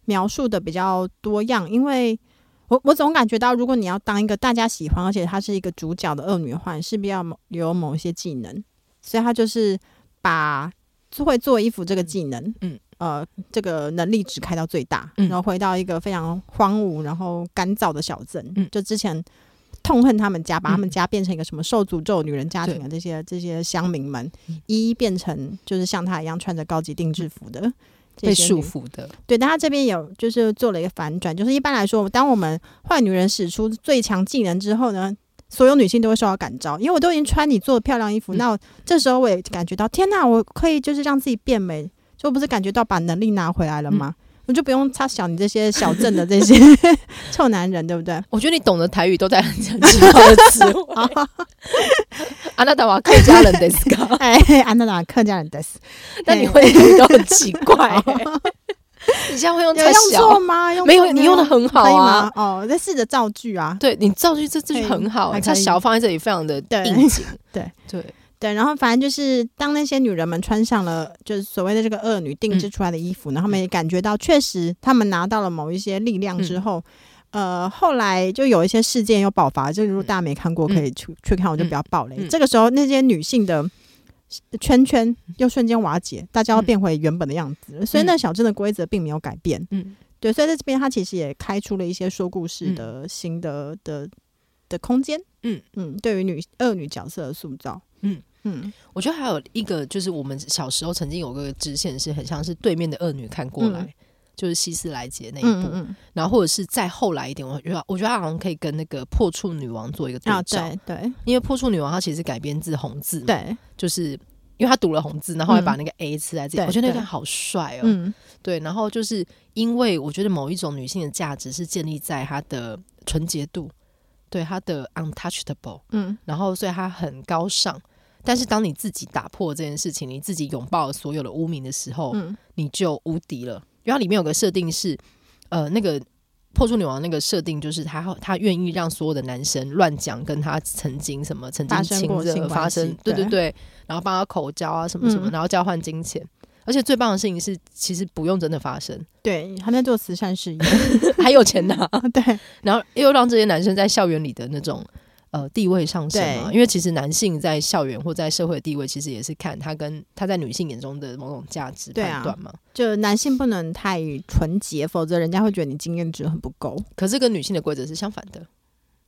Speaker 3: 描述的比较多样，因为。我我总感觉到，如果你要当一个大家喜欢，而且她是一个主角的恶女的话，你势必要某有某一些技能，所以她就是把会做衣服这个技能，
Speaker 2: 嗯，
Speaker 3: 呃，这个能力值开到最大，
Speaker 2: 嗯
Speaker 3: 然后回到一个非常荒芜、然后干燥的小镇，
Speaker 2: 嗯
Speaker 3: 就之前痛恨他们家，把他们
Speaker 2: 嗯
Speaker 3: 家变成一个什么受诅咒女人家庭啊的这些这些乡民们
Speaker 2: 嗯，
Speaker 3: 一一变成就是像她一样穿着高级定制服的这
Speaker 2: 被
Speaker 3: 些
Speaker 2: 束
Speaker 3: 女
Speaker 2: 缚的，
Speaker 3: 对，但他这边有就是做了一个反转，就是一般来说，当我们坏女人使出最强技能之后呢，所有女性都会受到感召，因为我都已经穿你做的漂亮衣服，
Speaker 2: 嗯
Speaker 3: 那我这时候我也感觉到，天哪，我可以就是让自己变美，就不是感觉到把能力拿回来了吗？
Speaker 2: 嗯
Speaker 3: 我就不用插小你这些小镇的这些 臭男人，对不对？
Speaker 2: 我觉得你懂得台语都在很讲知道 的词汇。 啊，那达瓦客家人的 s
Speaker 3: 哎，安娜达客家人的死，
Speaker 2: 那你会用都很奇怪、 你现在会用
Speaker 3: 有
Speaker 2: 太
Speaker 3: 用错
Speaker 2: 小，
Speaker 3: 吗？用
Speaker 2: 没有
Speaker 3: 错
Speaker 2: 你用的很好
Speaker 3: 可以
Speaker 2: 啊
Speaker 3: 吗。哦，我在试着造句啊。
Speaker 2: 对你造句这这句
Speaker 3: 可以
Speaker 2: 很好、欸
Speaker 3: 还
Speaker 2: 它
Speaker 3: 可以
Speaker 2: 小放在这里非常的
Speaker 3: 对。
Speaker 2: 应景
Speaker 3: 对
Speaker 2: 对，
Speaker 3: 对，然后反正就是当那些女人们穿上了就是所谓的这个恶女定
Speaker 2: 嗯
Speaker 3: 制出来的衣服，然后她们也感觉到确实她们拿到了某一些力量
Speaker 2: 嗯
Speaker 3: 之后，呃，后来就有一些事件又爆发，就是如果大家没看过，
Speaker 2: 嗯
Speaker 3: 可以去、去看，我就
Speaker 2: 嗯
Speaker 3: 比较暴雷。
Speaker 2: 嗯
Speaker 3: 这个时候那些女性的。圈圈又瞬间瓦解，大家要
Speaker 2: 嗯
Speaker 3: 变回原本的样子了，所以那小镇的规则并没有改变。
Speaker 2: 嗯，
Speaker 3: 对，所以在这边他其实也开出了一些说故事的新的、的的空间。
Speaker 2: 嗯
Speaker 3: 嗯，对于女恶女角色的塑造。
Speaker 2: 嗯
Speaker 3: 嗯，
Speaker 2: 我觉得还有一个就是我们小时候曾经有个支线是很像是对面的恶女看过来，
Speaker 3: 嗯
Speaker 2: 就是希斯莱杰那一部，
Speaker 3: 嗯嗯
Speaker 2: 然后或者是再后来一点，我觉得我觉得它好像可以跟那个破处女王做一嗯个对
Speaker 3: 嗯啊，
Speaker 2: 照，
Speaker 3: 对对
Speaker 2: 因为破处女王它其实改编自红字嘛，
Speaker 3: 对，嗯
Speaker 2: 就是因为他读了红字，然后还把那个 A 刺在自己，
Speaker 3: 对
Speaker 2: 我觉得那
Speaker 3: 对
Speaker 2: 段好帅哦。
Speaker 3: 嗯
Speaker 2: 对，然后就是因为我觉得某一种女性的价值是建立在她的纯洁度，对她的 untouchable，
Speaker 3: 嗯
Speaker 2: 然后所以她很高尚。但是当你自己打破这件事情，你自己拥抱所有的污名的时候，
Speaker 3: 嗯
Speaker 2: 你就无敌了。因为它里面有个设定是，呃，那个破处女王那个设定就是她她愿意让所有的男生乱讲跟她曾经什么曾经
Speaker 3: 发生
Speaker 2: 亲
Speaker 3: 过性
Speaker 2: 热
Speaker 3: 关
Speaker 2: 发生
Speaker 3: 系，
Speaker 2: 对
Speaker 3: 对
Speaker 2: 对对，然后帮她口交啊什么什么，
Speaker 3: 嗯
Speaker 2: 然后交换金钱。而且最棒的事情是，其实不用真的发生，
Speaker 3: 对，他在做慈善事业。
Speaker 2: 还有钱拿，
Speaker 3: 对，
Speaker 2: 然后又让这些男生在校园里的那种呃地位上升嘛。
Speaker 3: 对
Speaker 2: 因为其实男性在校园或在社会的地位，其实也是看他跟他在女性眼中的某种价值
Speaker 3: 对啊
Speaker 2: 判断嘛。
Speaker 3: 就男性不能太纯洁，否则人家会觉得你经验值很不够。
Speaker 2: 可是跟女性的规则是相反的，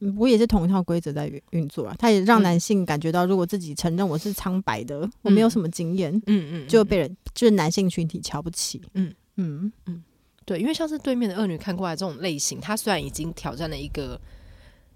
Speaker 3: 嗯不过也是同一套规则在运运作啊，他也让
Speaker 2: 嗯
Speaker 3: 男性感觉到，如果自己承认我是苍白的，我没有
Speaker 2: 嗯
Speaker 3: 什么经验，
Speaker 2: 嗯嗯，
Speaker 3: 就
Speaker 2: 嗯
Speaker 3: 被人就是男性群体瞧不起。
Speaker 2: 嗯
Speaker 3: 嗯，
Speaker 2: 对，因为像是对面的恶女看过来这种类型，她虽然已经挑战了一个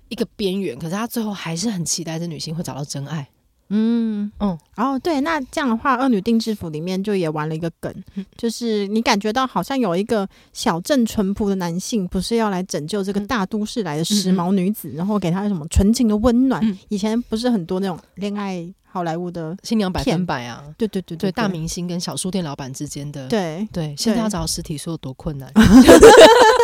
Speaker 2: 一个边缘，可是她最后还是很期待这女性会找到真爱。
Speaker 3: 嗯，
Speaker 2: 嗯
Speaker 3: 嗯，哦，对，那这样的话，《恶女定制服》里面就也玩了一个梗，
Speaker 2: 嗯
Speaker 3: 就是你感觉到好像有一个小镇淳朴的男性，不是要来拯救这个
Speaker 2: 嗯
Speaker 3: 大都市来的时髦女子，然后给她什么纯情的温暖。
Speaker 2: 嗯
Speaker 3: 以前不是很多那种恋爱好莱坞的，
Speaker 2: 新娘百分
Speaker 3: 骗
Speaker 2: 百啊，
Speaker 3: 对对对
Speaker 2: 对，
Speaker 3: 对，
Speaker 2: 大明星跟小书店老板之间的。
Speaker 3: 对。
Speaker 2: 对，现在
Speaker 3: 对
Speaker 2: 要找到实体说有多困难，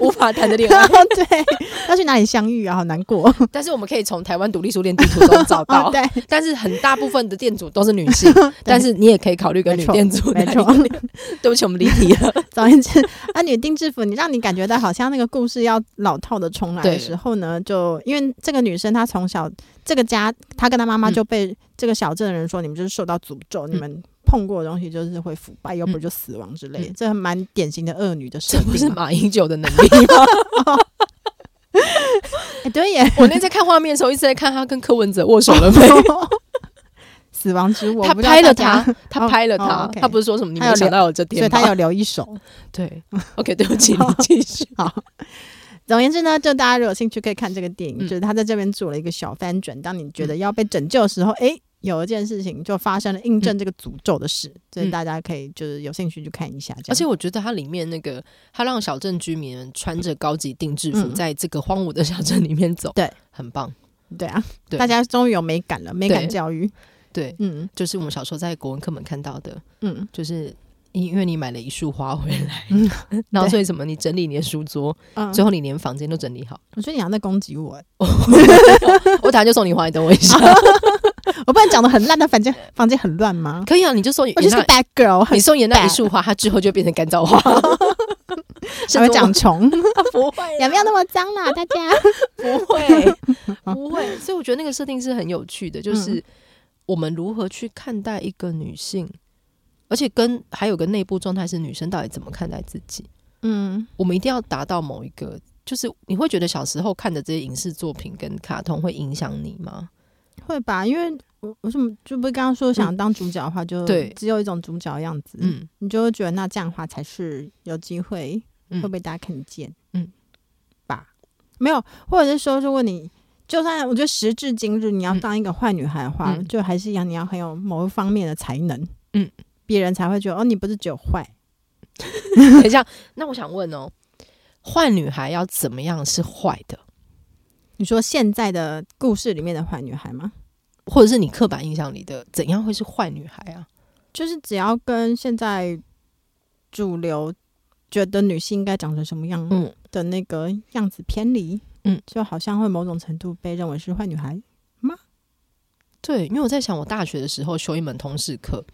Speaker 2: 无法谈的恋爱。
Speaker 3: 对， 要去哪里相遇啊？好难 过。
Speaker 2: 但是我们可以从台湾独立书店地图中找
Speaker 3: 哦
Speaker 2: 到，
Speaker 3: 对，
Speaker 2: 但是很大部分的店主都是女 性，但是你也可以考虑跟
Speaker 3: 没
Speaker 2: 女
Speaker 3: 错
Speaker 2: 店主
Speaker 3: 没
Speaker 2: 谈
Speaker 3: 错
Speaker 2: 一个恋。 对不起，我们离题 了。
Speaker 3: 总而言之，啊，女定制服，你让你感觉到好像那个故事要老套的重来
Speaker 2: 对
Speaker 3: 的时候呢，就因为这个女生她从小这个家，她跟她妈妈
Speaker 2: 嗯
Speaker 3: 就被这个小镇的人说，你们就是受到诅咒，你们碰过的东西就是会腐败，要不就死亡之类的，
Speaker 2: 嗯
Speaker 3: 这蛮典型的恶女的设
Speaker 2: 这不是
Speaker 3: 定嘛。
Speaker 2: 马英九的能 力吗？
Speaker 3: 哎，对耶，
Speaker 2: 我那天在看画面的时候，一直在看他跟柯文哲握手了 没。
Speaker 3: 死亡之舞，
Speaker 2: 他
Speaker 3: 我不知道
Speaker 2: 拍了
Speaker 3: 大家，
Speaker 2: 他，他拍了他
Speaker 3: 哦，，OK
Speaker 2: 他不是说什么你
Speaker 3: 他
Speaker 2: 没
Speaker 3: 有
Speaker 2: 想
Speaker 3: 留
Speaker 2: 到有这
Speaker 3: 所以
Speaker 2: 天吧，
Speaker 3: 他有哦留一手。
Speaker 2: 对，OK，对不起，你继续，
Speaker 3: 好。总而言之呢，就大家如果有兴趣可以看这个电影，
Speaker 2: 嗯
Speaker 3: 就是他在这边做了一个小翻转，当你觉得要被拯救的时候，诶，有一件事情就发生了，印证这个诅咒的事，所以
Speaker 2: 嗯
Speaker 3: 大家可以就是有兴趣去看一下。这样
Speaker 2: 而且我觉得它里面那个，它让小镇居民们穿着高级定制服，
Speaker 3: 嗯
Speaker 2: 在这个荒芜的小镇里面走，
Speaker 3: 对，
Speaker 2: 很棒。
Speaker 3: 对啊，
Speaker 2: 对
Speaker 3: 大家终于有美感了，美感
Speaker 2: 对
Speaker 3: 教育，
Speaker 2: 对，
Speaker 3: 嗯
Speaker 2: 就是我们小时候在国文课本看到的，
Speaker 3: 嗯，
Speaker 2: 就是因为你买了一束花回来，
Speaker 3: 嗯
Speaker 2: 然后
Speaker 3: 对
Speaker 2: 所以什么，你整理你的书桌，
Speaker 3: 嗯
Speaker 2: 最后你连房间都整理 好，
Speaker 3: 我觉得你好像在攻击我欸，
Speaker 2: 我等下就送你花，你等我一下。
Speaker 3: 我不然讲的很烂，但反正房间很乱吗？
Speaker 2: 可以啊，你就送
Speaker 3: 我就是
Speaker 2: 严
Speaker 3: 个
Speaker 2: 娜
Speaker 3: bad girl，很
Speaker 2: 你送妍娜一
Speaker 3: bad
Speaker 2: 束花，它之后就变成干燥 花，
Speaker 3: 还会长
Speaker 2: 讲
Speaker 3: 虫，
Speaker 2: 不会，
Speaker 3: 有没有那么脏 啦？大家，
Speaker 2: 不 会，不会。所以我觉得那个设定是很有趣的，就是我们如何去看待一个女性，而且跟还有个内部状态是女生到底怎么看待自己。
Speaker 3: 嗯
Speaker 2: 我们一定要达到某一个，就是你会觉得小时候看的这些影视作品跟卡通会影响你吗？
Speaker 3: 会吧？因为我我什么就不是刚刚说想当主角的话，就
Speaker 2: 嗯对
Speaker 3: 只有一种主角的样子，
Speaker 2: 嗯
Speaker 3: 你就会觉得那这样的话才是有机会
Speaker 2: 嗯
Speaker 3: 会被大家看见，
Speaker 2: 嗯，
Speaker 3: 吧？没有，或者是说，如果你就算我觉得时至今日，你要
Speaker 2: 嗯
Speaker 3: 当一个坏女孩的话，
Speaker 2: 嗯
Speaker 3: 就还是一样，你要很有某一方面的才能，
Speaker 2: 嗯，
Speaker 3: 别人才会觉得哦，你不是只有坏，
Speaker 2: 等一下，那我想问哦，坏女孩要怎么样是坏的，
Speaker 3: 你说现在的故事里面的坏女孩吗？
Speaker 2: 或者是你刻板印象里的怎样会是坏女孩啊？
Speaker 3: 就是只要跟现在主流觉得女性应该长成什么样
Speaker 2: 嗯，
Speaker 3: 的那个样子偏离，
Speaker 2: 嗯，
Speaker 3: 就好像会某种程度被认为是坏女孩。
Speaker 2: 对，因为我在想，我大学的时候修一门通识课，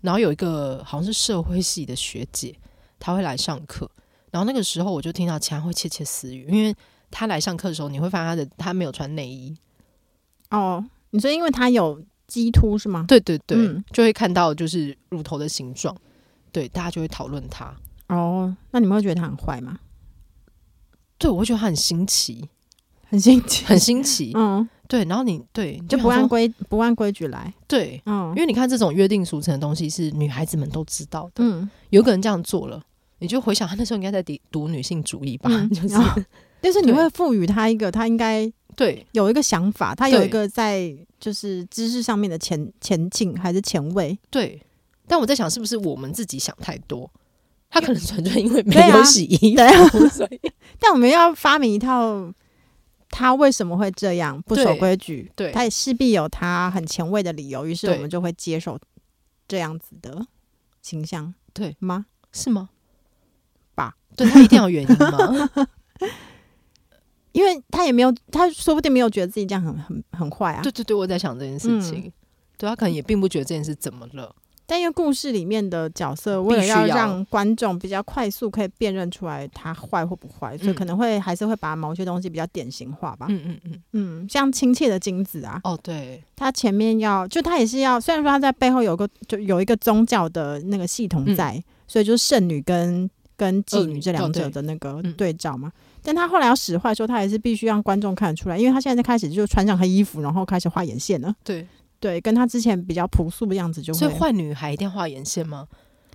Speaker 2: 然后有一个好像是社会系的学姐，她会来上课，然后那个时候我就听到其他人会窃窃私语，因为她来上课的时候，你会发现她的她没有穿内衣，
Speaker 3: 哦，你说因为她有鸡突是吗？
Speaker 2: 对对对，
Speaker 3: 嗯
Speaker 2: 就会看到就是乳头的形状，对，大家就会讨论她，
Speaker 3: 哦，那你们会觉得她很坏吗？
Speaker 2: 对我会觉得她很新 奇，
Speaker 3: 很新奇，
Speaker 2: 很新奇，
Speaker 3: 嗯，
Speaker 2: 对，然后你对你
Speaker 3: 就不
Speaker 2: 想
Speaker 3: 按
Speaker 2: 说
Speaker 3: 规不按规矩来，
Speaker 2: 对，
Speaker 3: 嗯
Speaker 2: 因为你看这种约定俗成的东西是女孩子们都知道的。
Speaker 3: 嗯，
Speaker 2: 有个人这样做了，你就回想他那时候应该在读读女性主义吧，
Speaker 3: 嗯
Speaker 2: 就是、
Speaker 3: 哦但是你
Speaker 2: 对
Speaker 3: 会赋予她一个她应该
Speaker 2: 对
Speaker 3: 有一个想法，她有
Speaker 2: 对
Speaker 3: 一个在就是知识上面的前前进还是前卫，
Speaker 2: 对。但我在想，是不是我们自己想太多？他可能纯粹因为没
Speaker 3: 对啊
Speaker 2: 有洗衣
Speaker 3: 对啊
Speaker 2: 服，所以
Speaker 3: 但我们要发明一套，他为什么会这样不守
Speaker 2: 对
Speaker 3: 规矩？
Speaker 2: 对
Speaker 3: 他也势必有他很前卫的理由，于是
Speaker 2: 对
Speaker 3: 我们就会接受这样子的形象，
Speaker 2: 对
Speaker 3: 吗？
Speaker 2: 是吗？
Speaker 3: 吧，
Speaker 2: 对他一定要有原因吗？
Speaker 3: 因为他也没有，他说不定没有觉得自己这样很很很坏啊。
Speaker 2: 对对对，我在想这件事情。对他可能也并不觉得这件事怎么了，
Speaker 3: 但因为故事里面的角色，
Speaker 2: 必
Speaker 3: 为
Speaker 2: 须
Speaker 3: 了要
Speaker 2: 要
Speaker 3: 让观众比较快速可以辨认出来他坏或不坏，所以
Speaker 2: 嗯
Speaker 3: 可能会还是会把某些东西比较典型化吧。
Speaker 2: 嗯嗯嗯，
Speaker 3: 嗯，像亲切的精子啊，
Speaker 2: 哦对，
Speaker 3: 他前面要，就他也是要，虽然说他在背后有个就有一个宗教的那个系统在，所以就是圣女跟跟妓
Speaker 2: 恶嗯
Speaker 3: 女
Speaker 2: 女
Speaker 3: 这两者
Speaker 2: 哦对
Speaker 3: 的那个
Speaker 2: 嗯
Speaker 3: 对照嘛。但他后来要使坏的时候，他还是必须让观众看得出来，因为他现在开始就穿上黑衣服，然后开始画眼线了。
Speaker 2: 对，
Speaker 3: 对，跟他之前比较朴素的样子就
Speaker 2: 所
Speaker 3: 会
Speaker 2: 以。坏女孩一定要画眼线 吗？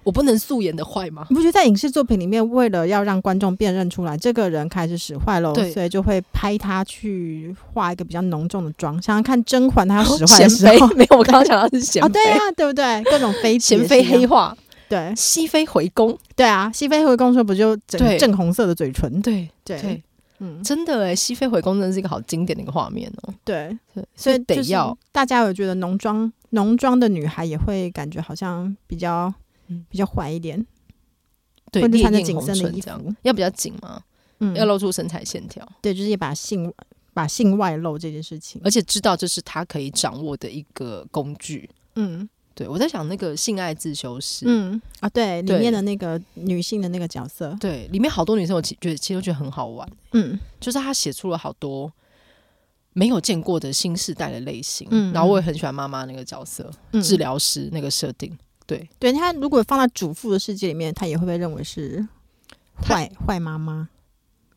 Speaker 2: 我不能素颜的坏吗？
Speaker 3: 你不觉得在影视作品里面，为了要让观众辨认出来这个人开始使坏喽，
Speaker 2: 对
Speaker 3: 所以就会拍他去化一个比较浓重的妆。想想看甄嬛，她要使
Speaker 2: 贤
Speaker 3: 坏的时候
Speaker 2: 妃没有，我刚刚想到是贤
Speaker 3: 啊，
Speaker 2: 妃
Speaker 3: 对，啊，对不对？各种 妃子
Speaker 2: 贤
Speaker 3: 也是一
Speaker 2: 妃
Speaker 3: 样
Speaker 2: 黑 化，
Speaker 3: 对，
Speaker 2: 熹妃回宫，
Speaker 3: 对啊，熹妃回宫的时候不就整个
Speaker 2: 对
Speaker 3: 正红色的嘴唇？
Speaker 2: 对
Speaker 3: 对
Speaker 2: 对，
Speaker 3: 嗯，
Speaker 2: 真的哎，熹妃回宫真的是一个好经典的一个画面哦、
Speaker 3: 对，
Speaker 2: 对，
Speaker 3: 所以
Speaker 2: 得
Speaker 3: 就是
Speaker 2: 要
Speaker 3: 大家有觉得浓妆浓妆的女孩也会感觉好像比较
Speaker 2: 嗯
Speaker 3: 比较坏一点，
Speaker 2: 对
Speaker 3: 或者
Speaker 2: 烈
Speaker 3: 穿着
Speaker 2: 焰
Speaker 3: 紧
Speaker 2: 红
Speaker 3: 身的
Speaker 2: 唇
Speaker 3: 衣
Speaker 2: 这样，
Speaker 3: 服，
Speaker 2: 要比较紧嘛，
Speaker 3: 嗯
Speaker 2: 要露出身材线条，
Speaker 3: 对，就是也把性把性外露这件事情，
Speaker 2: 而且知道这是他可以掌握的一个工具。
Speaker 3: 嗯
Speaker 2: 对我在想那个性爱自修室，
Speaker 3: 嗯啊，对，里
Speaker 2: 对
Speaker 3: 面的那个女性的那个角色，
Speaker 2: 对，里面好多女生我其觉得其实都觉得很好玩，
Speaker 3: 嗯
Speaker 2: 就是她写出了好多。没有见过的新时代的类型，
Speaker 3: 嗯
Speaker 2: 然后我也很喜欢妈妈那个角色，
Speaker 3: 嗯，
Speaker 2: 治疗师那个设定，
Speaker 3: 对她如果放在主妇的世界里面，她也会被认为是
Speaker 2: 她
Speaker 3: 坏坏妈妈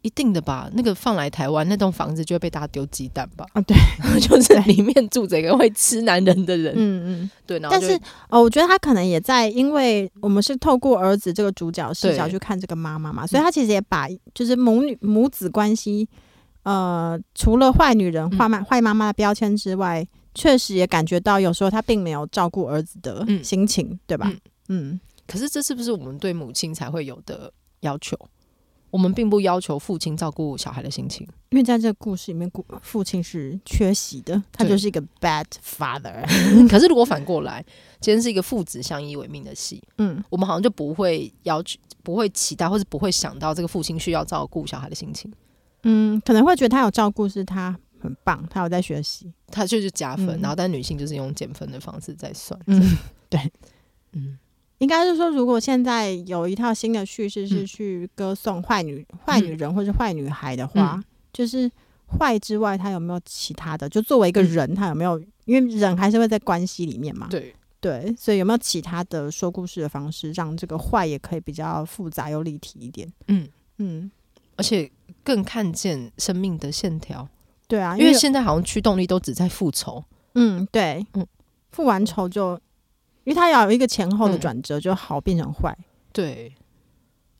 Speaker 2: 一定的吧？那个放来台湾那栋房子就会被大家丢鸡蛋吧？
Speaker 3: 啊，对，
Speaker 2: 就是里面住着一个会吃男人的人，
Speaker 3: 嗯嗯。
Speaker 2: 对，然后
Speaker 3: 但
Speaker 2: 就是
Speaker 3: 哦，我觉得他可能也在，因为我们是透过儿子这个主角视角
Speaker 2: 对嗯
Speaker 3: 去看这个妈妈嘛，所以他其实也把就是母女母子关系，呃，除了坏女人、
Speaker 2: 嗯
Speaker 3: 坏妈、坏妈妈的标签之外，确实也感觉到有时候他并没有照顾儿子的
Speaker 2: 嗯
Speaker 3: 心情，对吧？嗯
Speaker 2: 可是这是不是我们对母亲才会有的要求？我们并不要求父亲照顾小孩的心情。
Speaker 3: 因为在这个故事里面，故父亲是缺席的，他
Speaker 2: 对
Speaker 3: 就是一个 bad father。
Speaker 2: 可是如果反过来，今天是一个父子相依为命的戏，
Speaker 3: 嗯，
Speaker 2: 我们好像就不会要求、不会期待，或是不会想到这个父亲需要照顾小孩的心情，
Speaker 3: 嗯，可能会觉得他有照顾是他很棒，他有在学习。
Speaker 2: 他就是加分。
Speaker 3: 嗯
Speaker 2: 然后，但女性就是用减分的方式在算。
Speaker 3: 嗯，
Speaker 2: 嗯，
Speaker 3: 应该是说，如果现在有一套新的叙事是
Speaker 2: 嗯
Speaker 3: 去歌颂坏女、坏女人或是坏女孩的话，
Speaker 2: 嗯
Speaker 3: 就是坏之外，他有没有其他的？就作为一个
Speaker 2: 嗯
Speaker 3: 人，他有没有？因为人还是会在关系里面嘛。
Speaker 2: 对，
Speaker 3: 对，所以有没有其他的说故事的方式，让这个坏也可以比较复杂又立体一点？
Speaker 2: 嗯，
Speaker 3: 嗯，
Speaker 2: 而且更看见生命的线条，
Speaker 3: 对啊，
Speaker 2: 因为
Speaker 3: 为
Speaker 2: 现在好像驱动力都只在复仇。
Speaker 3: 嗯，对，
Speaker 2: 嗯
Speaker 3: 付完仇就，因为他要有一个前后的
Speaker 2: 嗯
Speaker 3: 转折，就好变成坏。
Speaker 2: 对，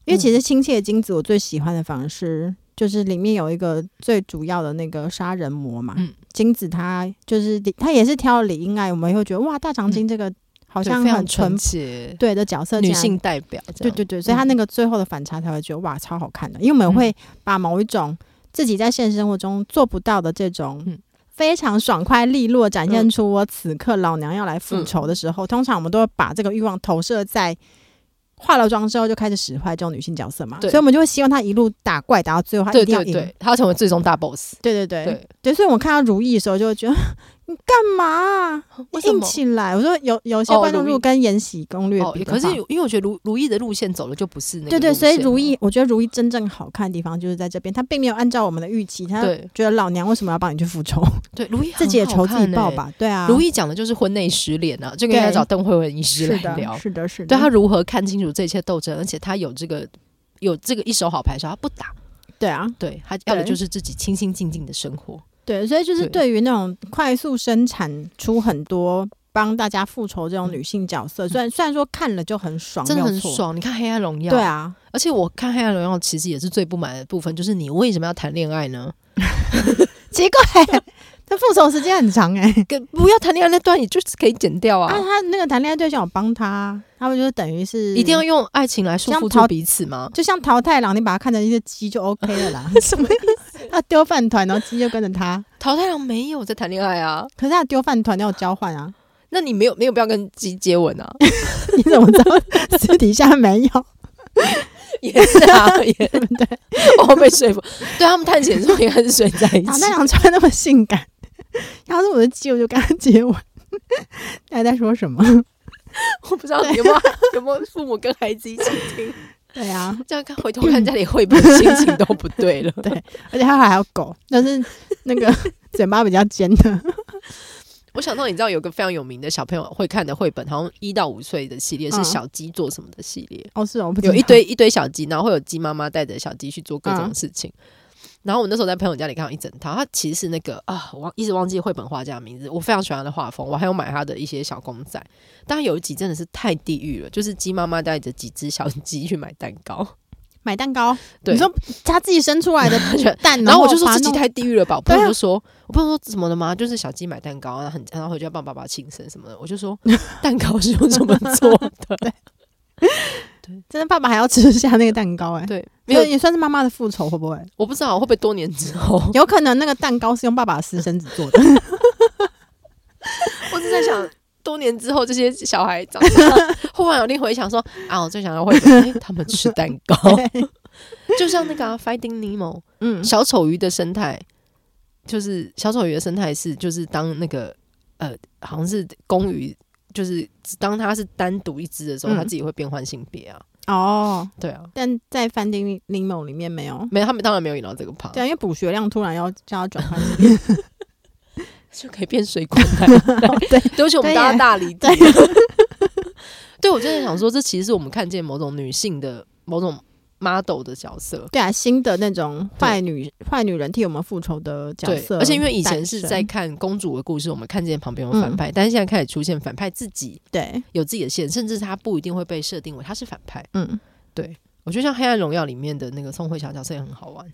Speaker 3: 因
Speaker 2: 嗯
Speaker 3: 为其实《亲切的金子》，我最喜欢的反而是，就是里面有一个最主要的那个杀人魔嘛，
Speaker 2: 嗯
Speaker 3: 金子他就是他也是挑了李英爱，我们会觉得哇，大长今这个好
Speaker 2: 好
Speaker 3: 像
Speaker 2: 嗯非常
Speaker 3: 很
Speaker 2: 纯
Speaker 3: 淳
Speaker 2: 洁
Speaker 3: 对的角色，
Speaker 2: 女性。代表这
Speaker 3: 对
Speaker 2: 样，
Speaker 3: 对对，所以他那个最后的反差才会觉得哇，超好看的。因为我们
Speaker 2: 嗯
Speaker 3: 会把某一种自己在现实生活中做不到的这种
Speaker 2: 嗯
Speaker 3: 非常爽快利落，展现出我此刻老娘要来复
Speaker 2: 嗯
Speaker 3: 仇的时候，通常我们都会把这个欲望投射在化了妆之后就开始使坏这种女性角色嘛，
Speaker 2: 对
Speaker 3: 所以我们就会希望她一路打怪打到最后，她一
Speaker 2: 对
Speaker 3: 定要
Speaker 2: 对
Speaker 3: 赢。
Speaker 2: 对，她要成为最终大 boss。
Speaker 3: 对对对
Speaker 2: 对，
Speaker 3: 对所以我看到如意的时候，就会觉得你干嘛啊、
Speaker 2: 为什
Speaker 3: 硬
Speaker 2: 么？
Speaker 3: 起来？我说有有些
Speaker 2: 哦
Speaker 3: 观众
Speaker 2: 如
Speaker 3: 如果
Speaker 2: 懿
Speaker 3: 跟《延禧攻略》
Speaker 2: 哦
Speaker 3: 比，的
Speaker 2: 可是
Speaker 3: 话
Speaker 2: 因为我觉得如如意的路线走了就不是那个
Speaker 3: 对对，
Speaker 2: 路
Speaker 3: 所以
Speaker 2: 线
Speaker 3: 如
Speaker 2: 了
Speaker 3: 意，我觉得如意真正好看的地方就是在这边，她并没有按照我们的预期，她
Speaker 2: 对
Speaker 3: 觉得老娘为什么要帮你去复仇，
Speaker 2: 对如意
Speaker 3: 自己也
Speaker 2: 很好
Speaker 3: 仇自己
Speaker 2: 看
Speaker 3: 报
Speaker 2: 欸。
Speaker 3: 吧？对啊，
Speaker 2: 如意讲的就是婚内失恋啊，这个应该
Speaker 3: 对
Speaker 2: 找邓慧文医师
Speaker 3: 是
Speaker 2: 来
Speaker 3: 的，
Speaker 2: 聊。
Speaker 3: 是的，是的，
Speaker 2: 对她如何看清楚这一切斗争，而且她有这个有这个一手好牌的时候，她不打，
Speaker 3: 对啊，
Speaker 2: 对她要的
Speaker 3: 对
Speaker 2: 就是自己清清静静的生活。
Speaker 3: 对，所以就是
Speaker 2: 对
Speaker 3: 对于那种快速生产出很多帮大家复仇这种女性角色，虽然虽然说看了就很
Speaker 2: 嗯
Speaker 3: 爽，
Speaker 2: 真的
Speaker 3: 没
Speaker 2: 很
Speaker 3: 有错，
Speaker 2: 爽。你看《黑暗荣耀》，
Speaker 3: 对，啊，
Speaker 2: 而且我看《黑暗荣耀》其实也是最不满的部分，就是你为什么要谈恋爱 呢？
Speaker 3: 奇怪，她复仇时间很长哎、
Speaker 2: 跟不要谈恋爱那段，你就是可以剪掉啊，
Speaker 3: 啊，她那个谈恋爱对象有帮她，他们就等于是
Speaker 2: 一定要。用爱情来束缚
Speaker 3: 这样
Speaker 2: 住
Speaker 3: 逃
Speaker 2: 彼此吗？
Speaker 3: 就像桃太郎，你把它看成一只鸡就 OK 了啦。
Speaker 2: 什么意思？
Speaker 3: 他丢饭团，然后鸡就跟着他。
Speaker 2: 桃太郎没有在谈恋爱啊，
Speaker 3: 可是他丢饭团要有交换 啊，
Speaker 2: 那你没有没有必要跟鸡接吻啊？
Speaker 3: 你怎么知道私底下没 有？
Speaker 2: 也是啊，也 对，我被说服。对啊他们探险的时候也很睡在一
Speaker 3: 唐
Speaker 2: 起
Speaker 3: 太，阳穿那么性感， 要是我的鸡，我就跟他接吻。 大家在说什么？
Speaker 2: 我不知道你有没有有没有父母跟孩子一起 听，
Speaker 3: 对啊，
Speaker 2: 这样看回头看家里绘本，心情都不 对了。
Speaker 3: 而且他还有狗，但是那 个嘴巴比较尖的。
Speaker 2: 我想到你知道有个非常有名的小朋友会看的绘本，好像一到五岁的系列是
Speaker 3: 嗯
Speaker 2: 小鸡做什么的系列，
Speaker 3: 哦，是哦，我不知道嗯
Speaker 2: 有一堆一堆小鸡，然后会有鸡妈妈带着小鸡去做各种事情。然后我那时候在朋友家里看到一整套，它其实是那个啊，我忘一直忘记绘本画家的名字，我非常喜欢他的画风，我还有买他的一些小公仔。但它有一集真的是太地狱了，就是鸡妈妈带着几只小鸡去买蛋糕，
Speaker 3: 买蛋糕，
Speaker 2: 对
Speaker 3: 你说他自己生出来的 蛋，
Speaker 2: 然后我就说
Speaker 3: 把它
Speaker 2: 自己
Speaker 3: 弄
Speaker 2: 太地狱了吧，我
Speaker 3: 对
Speaker 2: 朋
Speaker 3: 啊
Speaker 2: 友就说，我朋友说怎么了吗？就是小鸡买蛋糕，然后很然后回去要帮爸爸庆生什么的，我就 说蛋糕是用什么做的？
Speaker 3: 真的爸爸还要吃下那个蛋糕哎、欸，
Speaker 2: 对，没
Speaker 3: 没有
Speaker 2: 有，
Speaker 3: 也算是妈妈的复仇会不会？
Speaker 2: 我不知道会不会多年之后，
Speaker 3: 有可能那个蛋糕是用爸爸的私生子做的。
Speaker 2: 我只在想。 多年之后，这些小孩长大了，忽然有另回想说啊，我最想要绘本，哎他们吃蛋糕， 就像那个、啊《Finding Nemo》，
Speaker 3: 嗯，
Speaker 2: 小丑鱼的生态，就是小丑鱼的生态是，就是当那个呃，好像是公鱼，就是当它是单独一只的时候，
Speaker 3: 嗯
Speaker 2: 它自己会变换性别啊。
Speaker 3: 哦，
Speaker 2: 对啊，
Speaker 3: 但在《翻丁柠檬》里面没有。
Speaker 2: 没有，他们当然没有引到这个旁，
Speaker 3: 对啊，因为补血量突然要叫他转换，
Speaker 2: 就可以变水果奶奶。
Speaker 3: 对
Speaker 2: 对不起，我们
Speaker 3: 对
Speaker 2: 大
Speaker 3: 耶
Speaker 2: 家大理
Speaker 3: 对
Speaker 2: 解。 对，我真的想说，这其实是我们看见某种女性的某种 model 的角色。
Speaker 3: 对啊，新的那种
Speaker 2: 对
Speaker 3: 坏女坏女人替我们复仇的角
Speaker 2: 对
Speaker 3: 色，，
Speaker 2: 而且因为以前是
Speaker 3: 诞生嗯
Speaker 2: 在看公主的故事，我们看见旁边有反派，但是现在开始出现反派自己
Speaker 3: 对，
Speaker 2: 有自己的线，甚至他不一定会被设定为他是反派。
Speaker 3: 嗯，
Speaker 2: 我觉得像《黑暗荣耀》里面的那个宋慧乔角色也很好玩，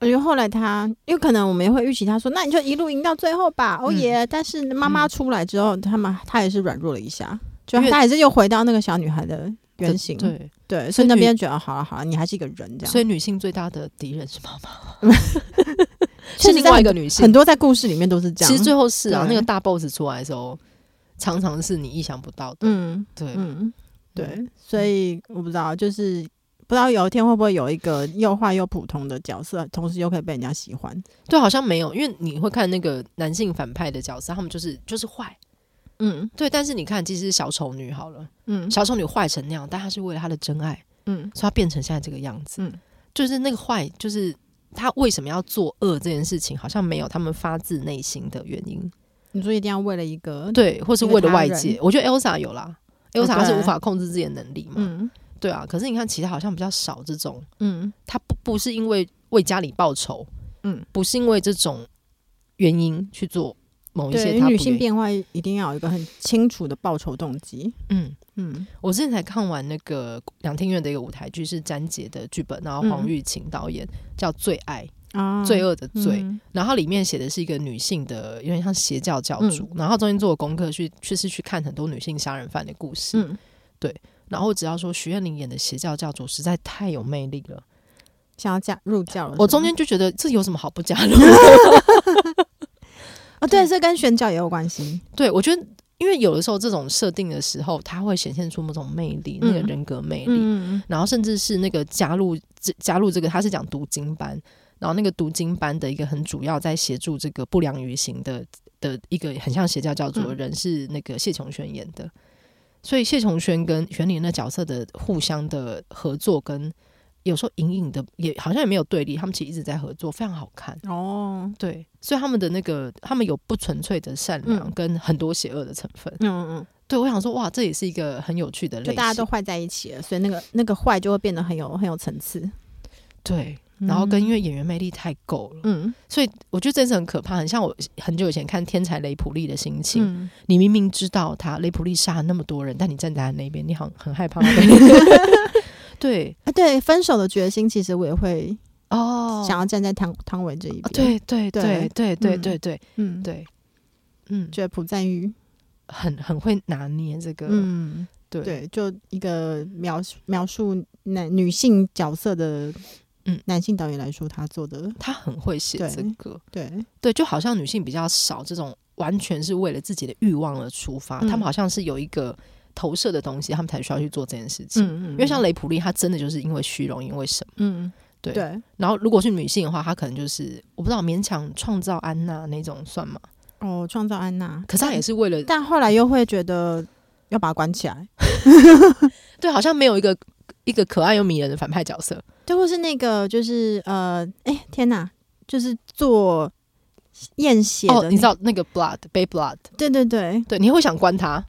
Speaker 3: 我觉得后来他，因为可能我们也会预期他说，那你就一路赢到最后吧，
Speaker 2: 嗯
Speaker 3: 哦耶！但是妈妈出来之后，他们他也是软弱了一下，就
Speaker 2: 因为
Speaker 3: 他也是又回到那个小女孩的原型，
Speaker 2: 对，
Speaker 3: 对，
Speaker 2: 所
Speaker 3: 所
Speaker 2: 以
Speaker 3: 以那
Speaker 2: 女
Speaker 3: 边觉得哦好了好了，你还是一个人这样。
Speaker 2: 所以女性最大的敌人是妈妈，
Speaker 3: 确
Speaker 2: 是
Speaker 3: 实
Speaker 2: 另
Speaker 3: 在
Speaker 2: 外一个女性
Speaker 3: 很。多在故事里面都是这样，
Speaker 2: 其实最后是啊，
Speaker 3: 对
Speaker 2: 那个大 boss 出来的时候，常常是你意想不到的。
Speaker 3: 嗯
Speaker 2: 对，
Speaker 3: 嗯对，所以我不知道，就是不知道有一天会不会有一个又坏又普通的角色，同时又可以被人家喜欢。
Speaker 2: 对，好像没有，因为你会看那个男性反派的角色，他们就是就是坏。
Speaker 3: 嗯
Speaker 2: 对，但是你看，其实小丑女好了，
Speaker 3: 嗯
Speaker 2: 小丑女坏成那样，但她是为了她的真爱，
Speaker 3: 嗯
Speaker 2: 所以她变成现在这个样子。
Speaker 3: 嗯
Speaker 2: 就是那个坏，就是她为什么要作恶这件事情，好像没有他们发自内心的原因。
Speaker 3: 你说一定要为了一个
Speaker 2: 对，或是
Speaker 3: 因为
Speaker 2: 为了
Speaker 3: 他
Speaker 2: 外
Speaker 3: 人
Speaker 2: 界，我觉得 Elsa 有啦。
Speaker 3: 哦
Speaker 2: Elsa 她是
Speaker 3: 对
Speaker 2: 无法控制自己的能力嘛，
Speaker 3: 嗯
Speaker 2: 对啊。可是你看，其他好像比较少这种，
Speaker 3: 嗯
Speaker 2: 她不不是因为为家里报仇，
Speaker 3: 嗯，
Speaker 2: 不是因为这种原因去做某一
Speaker 3: 对，
Speaker 2: 些
Speaker 3: 因
Speaker 2: 她不
Speaker 3: 为女性
Speaker 2: 愿意
Speaker 3: 变坏一定要有一个很清楚的报仇动机。
Speaker 2: 嗯，
Speaker 3: 嗯
Speaker 2: 我之前才看完那个两厅院的一个舞台剧，是詹杰的剧本，然后黄
Speaker 3: 嗯
Speaker 2: 玉琴导演、叫《最爱》，
Speaker 3: 啊
Speaker 2: 罪恶的罪。
Speaker 3: 嗯
Speaker 2: 然后它里面写的是一个女性的，有点像邪教教主。
Speaker 3: 嗯
Speaker 2: 然后中间做的功课去，去是去看很多女性杀人犯的故事。
Speaker 3: 嗯，
Speaker 2: 然后我只要说徐艳玲演的邪教教主实在太有魅力了，
Speaker 3: 想要加入教了是吗，
Speaker 2: 我中间就觉得这有什么好不加 入？
Speaker 3: 哦，对，这跟宣教也有关系。
Speaker 2: 对我觉得。因为有的时候这种设定的时候，它会显现出某种魅力，那个
Speaker 3: 嗯
Speaker 2: 人格魅力。
Speaker 3: 嗯
Speaker 2: 然后甚至是那个加入这加入这个，他是讲读经班，然后那个读经班的一个很主要在协助这个不良于行的的一个很像邪教教主的
Speaker 3: 嗯
Speaker 2: 人、是那个谢琼轩演的，所以谢琼轩跟玄灵的角色的互相的合作跟有时候隐隐的也好像也没有对立，他们其实一直在合作，非常好看。
Speaker 3: 哦，
Speaker 2: 对，所以他们的那个，他们有不纯粹的善良
Speaker 3: 嗯
Speaker 2: 跟很多邪恶的成分。
Speaker 3: 嗯嗯
Speaker 2: 对我想说，哇，这也是一个很有趣的
Speaker 3: 嗯，
Speaker 2: 类
Speaker 3: 就
Speaker 2: 型。
Speaker 3: 大家都坏在一起了，所以那个那个坏就会变得很有很有层次。
Speaker 2: 对，然后跟因
Speaker 3: 为
Speaker 2: 为演员魅力太够了，
Speaker 3: 嗯
Speaker 2: 所以我觉得这是很可怕，很像我很久以前看《天才雷普利》的心情。
Speaker 3: 嗯，
Speaker 2: 你明明知道他雷普利杀了那么多人，但你站在他那边，你很很害 怕他被。对
Speaker 3: 啊，对，分手的决心，其实我也会
Speaker 2: 哦
Speaker 3: 想要站在汤汤唯这一边。
Speaker 2: 啊，对对对
Speaker 3: 对
Speaker 2: 对对
Speaker 3: 嗯
Speaker 2: 对对
Speaker 3: 嗯，
Speaker 2: 对，嗯，
Speaker 3: 觉得朴赞玉，
Speaker 2: 很很会拿捏这个，
Speaker 3: 嗯，
Speaker 2: 对
Speaker 3: 对，就一个描述描述男女性角色的，
Speaker 2: 嗯
Speaker 3: 男性导演来说，他做的
Speaker 2: 他很会写
Speaker 3: 对
Speaker 2: 这个，
Speaker 3: 对，
Speaker 2: 对，就好像女性比较少这种完全是为了自己的欲望而出发，
Speaker 3: 嗯
Speaker 2: 她们好像是有一个投射的东西，她们才需要去做这件事情。
Speaker 3: 嗯
Speaker 2: 因为像雷普利，他真的就是因为虚荣，因为什么？
Speaker 3: 嗯，
Speaker 2: 对
Speaker 3: 对，
Speaker 2: 然后如果是女性的话，她可能就是我不知道勉强创造安娜那种算吗？
Speaker 3: 哦，创造安娜，
Speaker 2: 可是她也
Speaker 3: 但
Speaker 2: 是为了
Speaker 3: 但后来又会觉得要把它关起来，
Speaker 2: 对，好像没有一个一个可爱又迷人的反派角色。
Speaker 3: 对，或是那个就是呃，哎、天哪，就是做验血的、
Speaker 2: 哦，你知？道那个 Blood 被 Blood，
Speaker 3: 对对对，
Speaker 2: 对，你会想关他。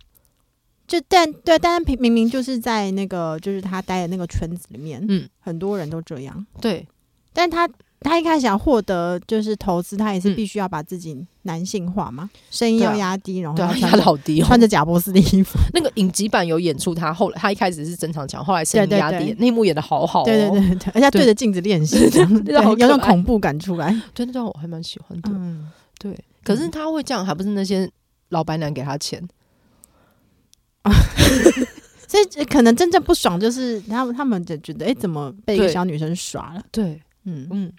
Speaker 3: 就但对，但是明明就是在那个就是他待的那个圈子里面，
Speaker 2: 嗯，
Speaker 3: 很多人都这样，
Speaker 2: 对
Speaker 3: 但他。他一开始想获得就是投资，他也是
Speaker 2: 嗯
Speaker 3: 必须要把自己男性化嘛，声音
Speaker 2: 对啊
Speaker 3: 要压低，然后
Speaker 2: 对
Speaker 3: 要
Speaker 2: 啊，压
Speaker 3: 穿着
Speaker 2: 老低哦
Speaker 3: 穿。着贾博士的衣服，
Speaker 2: 那个影集版有演出他，后来他一开始是正常讲，后来声音
Speaker 3: 对对
Speaker 2: 压
Speaker 3: 对
Speaker 2: 低，那一幕演的好好哦。
Speaker 3: 对对对对，而且他
Speaker 2: 对
Speaker 3: 对着镜子 练习，这样
Speaker 2: 对好
Speaker 3: 对有种
Speaker 2: 可爱
Speaker 3: 恐怖感出 来。
Speaker 2: 对，那段我还蛮喜欢的。
Speaker 3: 嗯，
Speaker 2: 对，可是他会这样，还不是那些老白男给他钱？
Speaker 3: 所以呃可能真正不爽就是他们他们就觉得，哎、怎么被一个
Speaker 2: 对
Speaker 3: 小女生耍了？
Speaker 2: 对，
Speaker 3: 嗯，
Speaker 2: 嗯，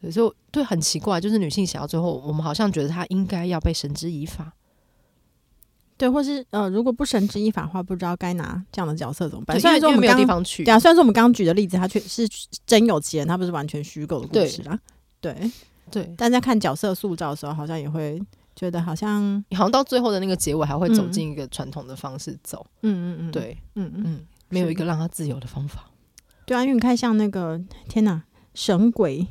Speaker 2: 有时候对很奇怪，就是女性想到最后，我们好像觉得她应该要被绳之以法。
Speaker 3: 对，或是呃，如果不绳之以法的话，不知道该拿这样的角色怎么办。
Speaker 2: 对
Speaker 3: 虽
Speaker 2: 因为
Speaker 3: 然说我
Speaker 2: 因为
Speaker 3: 们
Speaker 2: 没有
Speaker 3: 刚
Speaker 2: 地方去
Speaker 3: 对，啊，虽然说我们刚刚举的例子，它却是真有其人，它不是完全虚构的故事啦。对，
Speaker 2: 对，
Speaker 3: 但在看角色塑造的时候，好像也会觉得好像，
Speaker 2: 好像到最后的那个结尾还会走
Speaker 3: 嗯
Speaker 2: 进一个传统的方式走。
Speaker 3: 嗯嗯嗯，，
Speaker 2: 对，
Speaker 3: 嗯嗯，
Speaker 2: 嗯，没有
Speaker 3: 是
Speaker 2: 一个让她自由的方法。
Speaker 3: 对啊，因为你看像那个，天哪，神鬼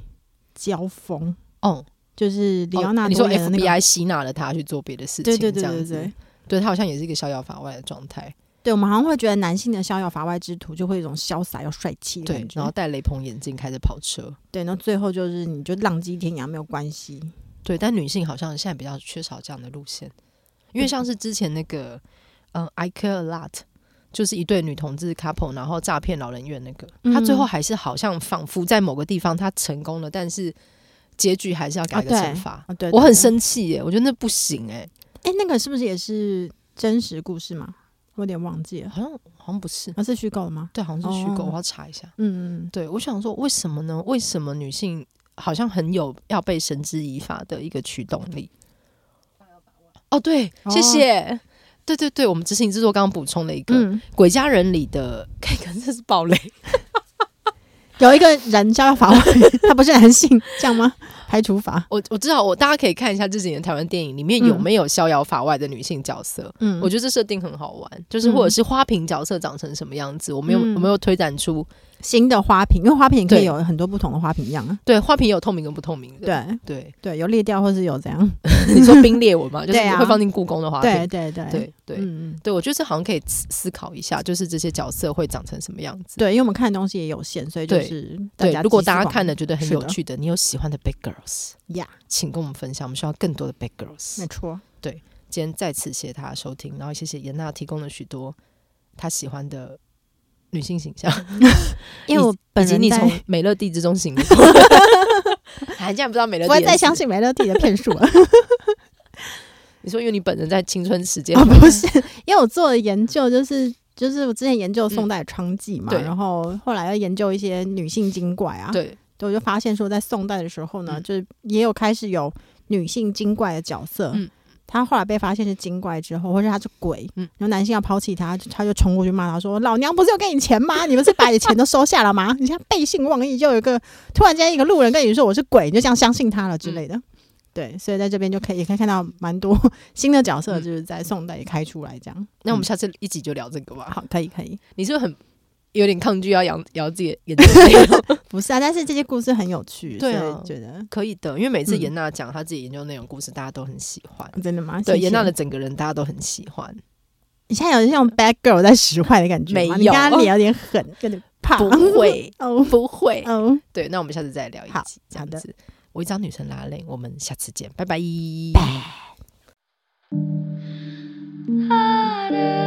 Speaker 3: 交锋，
Speaker 2: 哦，
Speaker 3: 就是里奥纳
Speaker 2: 哦你说
Speaker 3: 多演的那个，
Speaker 2: FBI 吸纳了她去做别的事情，
Speaker 3: 对对
Speaker 2: 这
Speaker 3: 对
Speaker 2: 样
Speaker 3: 对
Speaker 2: 子
Speaker 3: 对，。
Speaker 2: 对她好像也是一个逍遥法外的状态。
Speaker 3: 对，我们好像会觉得男性的逍遥法外之徒就会有一种潇洒又帅气的
Speaker 2: 对
Speaker 3: 感，觉，
Speaker 2: 然后戴雷朋眼镜开着跑车。
Speaker 3: 对，然后最后就是你就浪迹天涯没有关系，
Speaker 2: 对，但女性好像现在比较缺少这样的路线，因为像是之前那个，嗯，I 呃 care a lot，就是一对女同志 couple，然后诈骗老人院那个，
Speaker 3: 嗯
Speaker 2: 他最后还是好像仿佛在某个地方他成功了，但是结局还是要改
Speaker 3: 啊
Speaker 2: 个
Speaker 3: 对
Speaker 2: 惩罚。
Speaker 3: 啊，对，
Speaker 2: 我很
Speaker 3: 对，
Speaker 2: 生气耶，我觉得那不行哎，
Speaker 3: 哎、那个是不是也是真实故事嘛？我有点忘记了，
Speaker 2: 好像好像不是，
Speaker 3: 那、是虚构的吗？
Speaker 2: 对，好像是虚构，
Speaker 3: 哦
Speaker 2: 我要查一下。
Speaker 3: 嗯，
Speaker 2: 对，我想说，为什么呢？为什么女性好像很有要被绳之以法的一个驱动力？哦，对，谢
Speaker 3: 哦
Speaker 2: 谢。对对对，我们执行制作刚刚补充了一个《
Speaker 3: 嗯，
Speaker 2: 鬼家人》里的， 看，可能这是暴雷，
Speaker 3: 有一个人叫 法外，他不是男性，这样吗？排除法，
Speaker 2: 我我知道，我大家可以看一下这几年台湾电影里面有
Speaker 3: 嗯
Speaker 2: 没有逍遥法外的女性角色。
Speaker 3: 嗯，
Speaker 2: 我觉得这设定很好玩，就是或者是花瓶角色长成什么样子，我们有
Speaker 3: 嗯
Speaker 2: 我们有推展出
Speaker 3: 新的花瓶，因为花瓶也可以
Speaker 2: 对
Speaker 3: 有很多不同的花瓶样啊。
Speaker 2: 对花瓶有透明跟不透明的。
Speaker 3: 对
Speaker 2: 对
Speaker 3: 对，有裂掉或是有怎样？
Speaker 2: 对，你说 冰裂纹嘛，就是
Speaker 3: 对啊
Speaker 2: 会放进故宫的花瓶。
Speaker 3: 对对对
Speaker 2: 对对
Speaker 3: 嗯嗯。
Speaker 2: 对，我觉得这好像可以思思考一下，就是这些角色会长成什么样子。
Speaker 3: 对，因为我们看的东西也有限，所以就
Speaker 2: 对
Speaker 3: 是大
Speaker 2: 对，
Speaker 3: 家
Speaker 2: 如果
Speaker 3: 集思
Speaker 2: 大家
Speaker 3: 广
Speaker 2: 看
Speaker 3: 益
Speaker 2: 了觉得很
Speaker 3: 是
Speaker 2: 有
Speaker 3: 的
Speaker 2: 趣的，你有喜欢的 Big Girls，
Speaker 3: 呀
Speaker 2: 请跟我们分享，我们需要更多的 Big
Speaker 3: 没
Speaker 2: Girls。
Speaker 3: 错，
Speaker 2: 今天再次谢谢大家收听，然后谢谢严娜提供了许多她喜欢的女性形象，
Speaker 3: 因为我 本
Speaker 2: 以及
Speaker 3: 人
Speaker 2: 你
Speaker 3: 在
Speaker 2: 从美乐蒂之中醒悟。还啊竟然不知道美乐蒂，
Speaker 3: 不会再相。信美乐蒂的骗术 了。
Speaker 2: 你说，因为你本人在青春时间
Speaker 3: 哦，不是，因为我做的研究就是就是我之前研究宋代娼妓嘛，
Speaker 2: 嗯对
Speaker 3: 然后后来要研究一些女性精怪啊，
Speaker 2: 对
Speaker 3: 对，我就发现说在宋代的时候呢，
Speaker 2: 嗯
Speaker 3: 就是也有开始有女性精怪的角色，
Speaker 2: 嗯
Speaker 3: 她后来被发现是精怪之后，或者她是鬼，
Speaker 2: 嗯
Speaker 3: 然后男性要抛弃她，她就冲过去骂她说：“老娘不是有给你钱吗？你不是把你钱都收下了吗？你现在背信忘义，就有一个突然间一个路人跟你说我是鬼，你就这样相信他了之
Speaker 2: 嗯
Speaker 3: 类的。对，所以在这边就可以也可以看到蛮多 新的角色，
Speaker 2: 嗯
Speaker 3: 就是在宋代也开出来这样。
Speaker 2: 那我们下次一集就聊这个吧。
Speaker 3: 嗯好，可以可以，
Speaker 2: 你是不是很有点抗拒要聊聊自己的研究 内容？
Speaker 3: 不是啊，但是这些故事很有趣，
Speaker 2: 对啊
Speaker 3: 所以觉得
Speaker 2: 可以的，因为每次
Speaker 3: 嗯
Speaker 2: 严娜讲她自己研究内容故事，大家都很喜欢。
Speaker 3: 真的吗？
Speaker 2: 对
Speaker 3: 谢谢
Speaker 2: 严娜的整个人，大家都很喜 欢。
Speaker 3: 你现在有像 bad girl 在使坏的感觉吗？
Speaker 2: 没
Speaker 3: 你
Speaker 2: 有
Speaker 3: 刚刚脸有点狠，有点胖。
Speaker 2: 不会
Speaker 3: 哦
Speaker 2: 不会，
Speaker 3: 哦，
Speaker 2: 对，那我们下次再聊一
Speaker 3: 好
Speaker 2: 集，这样
Speaker 3: 好的
Speaker 2: 子。我一张女生拉链，我们下次见，拜拜。
Speaker 1: ある